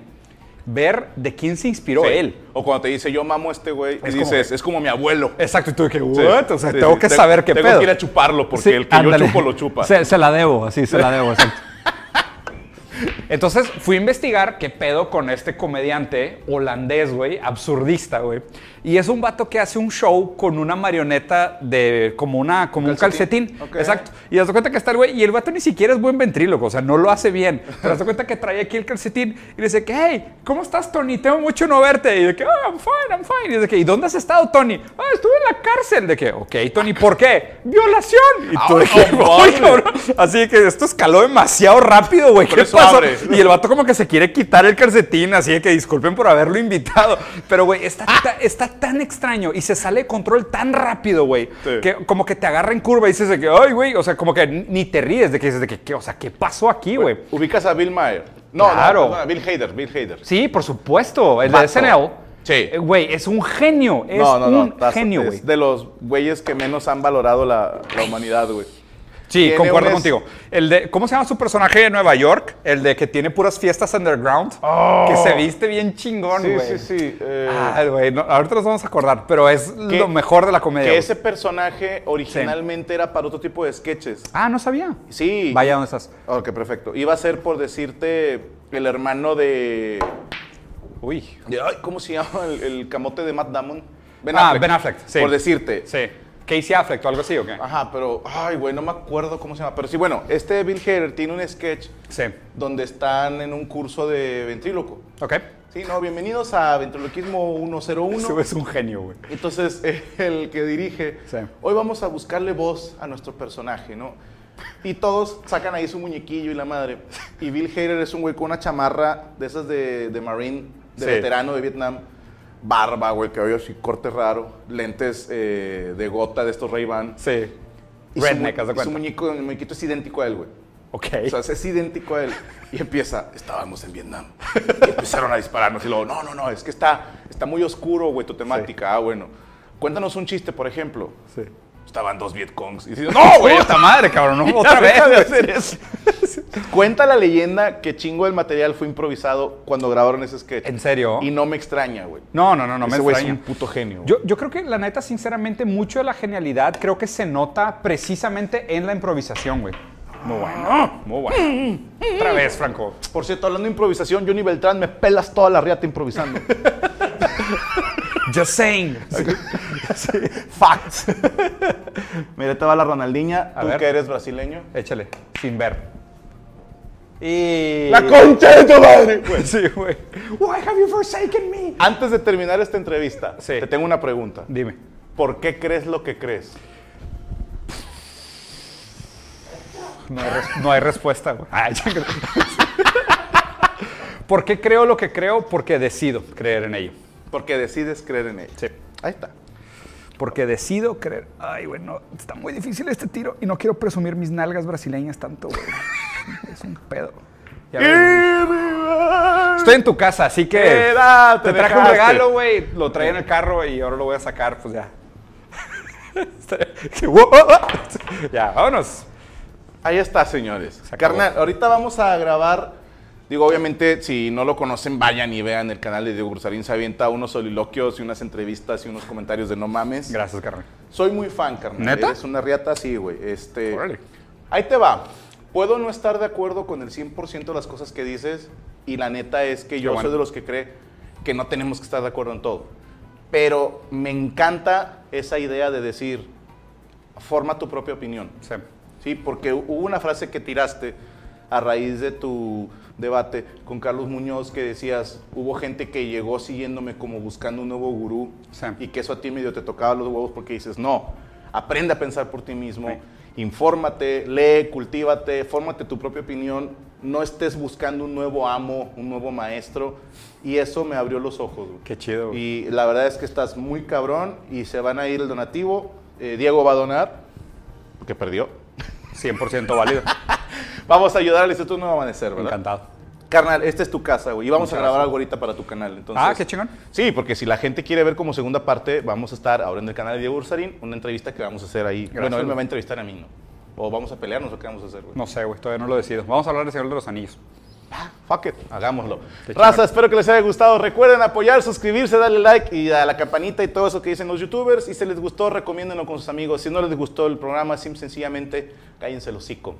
B: ver de quién se inspiró
A: Sí.
B: él.
A: O cuando te dice, yo mamo a este güey, y
B: Es como-
A: dices, es como mi abuelo.
B: Exacto, y tú de que,
A: Sí,
B: what? O sea,
A: sí,
B: tengo
A: sí.
B: que
A: Te-
B: saber qué
A: Tengo
B: pedo.
A: que ir a chuparlo porque
B: Sí,
A: el que
B: ándale.
A: yo chupo lo chupa.
C: Se, se la debo, así se la debo, exacto.
B: Entonces fui a investigar qué pedo con este comediante holandés, güey, absurdista, güey. Y es un vato que hace un show con una marioneta de como una como
A: Calcetín.
B: un calcetín.
A: Ok.
B: Exacto. Y haz de cuenta que está el güey y el vato ni siquiera es buen ventríloco, o sea, no lo hace bien. Pero haz de cuenta que trae aquí el calcetín y le dice que, hey, ¿cómo estás, Tony? Tengo mucho no verte. Y de que, oh, I'm fine, I'm fine. Y de que, ¿y dónde has estado, Tony? Ah, estuve en la cárcel. De que, ok, Tony, ¿por qué? Violación. Y tú de que,
A: oh,
B: "Ay,
A: madre".
B: cabrón. Así que esto escaló demasiado rápido, güey. ¿Qué
A: eso
B: pasó?
A: abre.
B: Y el vato como que se quiere quitar el calcetín, así de que disculpen por haberlo invitado. Pero, güey, está,
A: Ah.
B: ta- está tan extraño y se sale de control tan rápido, güey,
A: Sí.
B: que como que te agarra en curva y dices de que, ay, güey, o sea, como que ni te ríes de que dices de que, ¿qué? o sea, ¿qué pasó aquí, güey?
A: Ubicas a Bill Maher. No,
B: Claro.
A: no, perdona, Bill Hader, Bill Hader.
B: Sí, por supuesto, el de
A: Vato.
B: SNL.
A: Sí.
B: Eh, Güey, es un genio, es
A: no, no, no.
B: un
A: estás-
B: genio,
A: es
B: güey.
A: de los güeyes que menos han valorado la, la humanidad, güey.
B: Sí,
A: Tiene un
B: concuerdo
A: es-
B: contigo. El de, ¿Cómo se llama su personaje de Nueva York? El de que tiene puras fiestas underground. Que se viste bien chingón,
A: Oh. Sí, sí,
B: güey.
A: sí. eh,
B: Ay, güey, no, ahorita nos vamos a acordar, pero es
A: Que-
B: lo mejor de la comedia.
A: que
B: güey.
A: ese personaje originalmente era para otro tipo de sketches.
B: Ah, no sabía.
A: Sí.
B: Vaya, ¿dónde estás?
A: Ok, perfecto. Iba a ser, por decirte, el hermano de...
B: Uy.
A: de- ay, ¿Cómo se llama el, el camote de Matt Damon?
B: Ah, Ben Affleck, sí.
A: Por decirte.
B: Sí. Casey Affleck o algo así, ¿o qué?
A: Ajá, pero, ay, güey, no me acuerdo cómo se llama. Pero sí, bueno, este Bill Hader tiene un sketch
B: Sí.
A: donde están en un curso de ventríloco.
B: Ok.
A: Sí, no, bienvenidos a Ventriloquismo
B: Ese
A: 101.
B: güey es un genio, güey.
A: Entonces, eh, el que dirige,
B: Sí.
A: hoy vamos a buscarle voz a nuestro personaje, ¿no? Y todos sacan ahí su muñequillo y la madre. Y Bill Hader es un güey con una chamarra de esas de, de Marine, de
B: Sí.
A: veterano de Vietnam. Barba, güey, cabello así, corte raro. Lentes eh, de gota de estos Ray-Ban.
B: Sí.
A: Y
B: Redneck,
A: su, mu-
B: haz
A: y su
B: de cuenta.
A: muñeco, el muñequito es idéntico a él, güey.
B: Ok.
A: O sea, es idéntico a él. Y empieza, estábamos en Vietnam. Y empezaron a dispararnos. Y luego, no, no, no, es que está, está muy oscuro, güey, tu temática. Ah, bueno. Cuéntanos un chiste, por ejemplo.
B: Sí.
A: Estaban dos Vietcongs. Y dices,
B: No, güey, esta madre, cabrón. No, otra vez.
A: deja de
B: güey.
A: hacer eso. Cuenta la leyenda que chingo del material fue improvisado cuando grabaron ese sketch.
B: ¿En serio?
A: Y no me extraña, güey.
B: No, no, no, no me
A: Ese güey es
B: extraña.
A: un puto genio.
B: Yo, yo creo que la neta, sinceramente, mucho de la genialidad creo que se nota precisamente en la improvisación, güey. Muy bueno, muy bueno. Otra vez, Franco.
A: Por cierto, hablando de improvisación, Johnny Beltrán me pelas toda la riata improvisando.
B: Just saying.
A: Facts. Mira, te va la Ronaldinha.
B: A
A: Tú
B: ver.
A: que eres brasileño.
B: Échale, sin ver. Y...
A: concha de tu madre!
B: Sí, güey. Why have you forsaken me?
A: Antes de terminar esta entrevista,
B: Sí.
A: te tengo una pregunta.
B: Dime.
A: ¿Por qué crees lo que crees?
B: No hay, res- no hay respuesta, güey. Ay, chinga. ¿Por qué creo lo que creo? Porque decido creer en ello.
A: Porque decides creer en él.
B: Sí.
A: Ahí está.
B: Porque decido creer. Ay, güey, no, está muy difícil este tiro y no quiero presumir mis nalgas brasileñas tanto, güey. Es un pedo. Ya ves. Estoy en tu casa, así que.
A: Eh, da,
B: te
A: te
B: traje un
A: dejaste.
B: regalo, güey. Lo traía en el carro y ahora lo voy a sacar, pues ya. Que, wow, wow, wow. ya, vámonos.
A: Ahí está, señores.
B: acabó.
A: Carnal, ahorita vamos a grabar. Digo, obviamente, si no lo conocen, vayan y vean el canal de Diego Brusarín. Se avienta unos soliloquios y unas entrevistas y unos comentarios de no mames.
B: Gracias, carnal.
A: Soy muy fan, carnal.
B: ¿Neta?
A: Es una riata así, güey. Este,
B: Órale.
A: Ahí te va. Puedo no estar de acuerdo con el 100% de las cosas que dices y la neta es que yo
B: bueno.
A: soy de los que cree que no tenemos que estar de acuerdo en todo. Pero me encanta esa idea de decir, forma tu propia opinión.
B: Sí.
A: Sí, porque hubo una frase que tiraste a raíz de tu debate con Carlos Muñoz que decías, hubo gente que llegó siguiéndome como buscando un nuevo gurú
B: Sí.
A: y que eso a ti medio te tocaba los huevos porque dices, no, aprende a pensar por ti mismo,
B: Sí.
A: infórmate, lee, cultívate, fórmate tu propia opinión, no estés buscando un nuevo amo, un nuevo maestro y eso me abrió los ojos. güey.
B: Qué chido, güey.
A: Y la verdad es que estás muy cabrón y se van a ir el donativo, eh, Diego va a donar, que perdió.
B: 100% válido.
A: Vamos a ayudar al Instituto Nuevo Amanecer, ¿verdad?
B: Encantado. Ah,
A: Carnal, esta es tu casa, güey. Y vamos a
B: Muchas
A: grabar
B: gracias.
A: algo ahorita para tu canal. Entonces,
B: Ah, qué chingón.
A: Sí, porque si la gente quiere ver como segunda parte, vamos a estar ahora en el canal de Diego Ursarín, una entrevista que vamos a hacer ahí. bueno, él
B: güey.
A: me va a entrevistar a mí, ¿no? O vamos a pelearnos o qué vamos a hacer, güey.
B: No sé, güey, todavía no lo decido. Vamos a hablar del Señor de los Anillos.
A: Fuck it, hagámoslo.
B: Qué chingón.
A: Raza, espero que les haya gustado. Recuerden apoyar, suscribirse, darle like y a la campanita y todo eso que dicen los youtubers. Y si les gustó, recomiéndenlo con sus amigos. Si no les gustó el programa, sim- sencillamente cállense el hocico.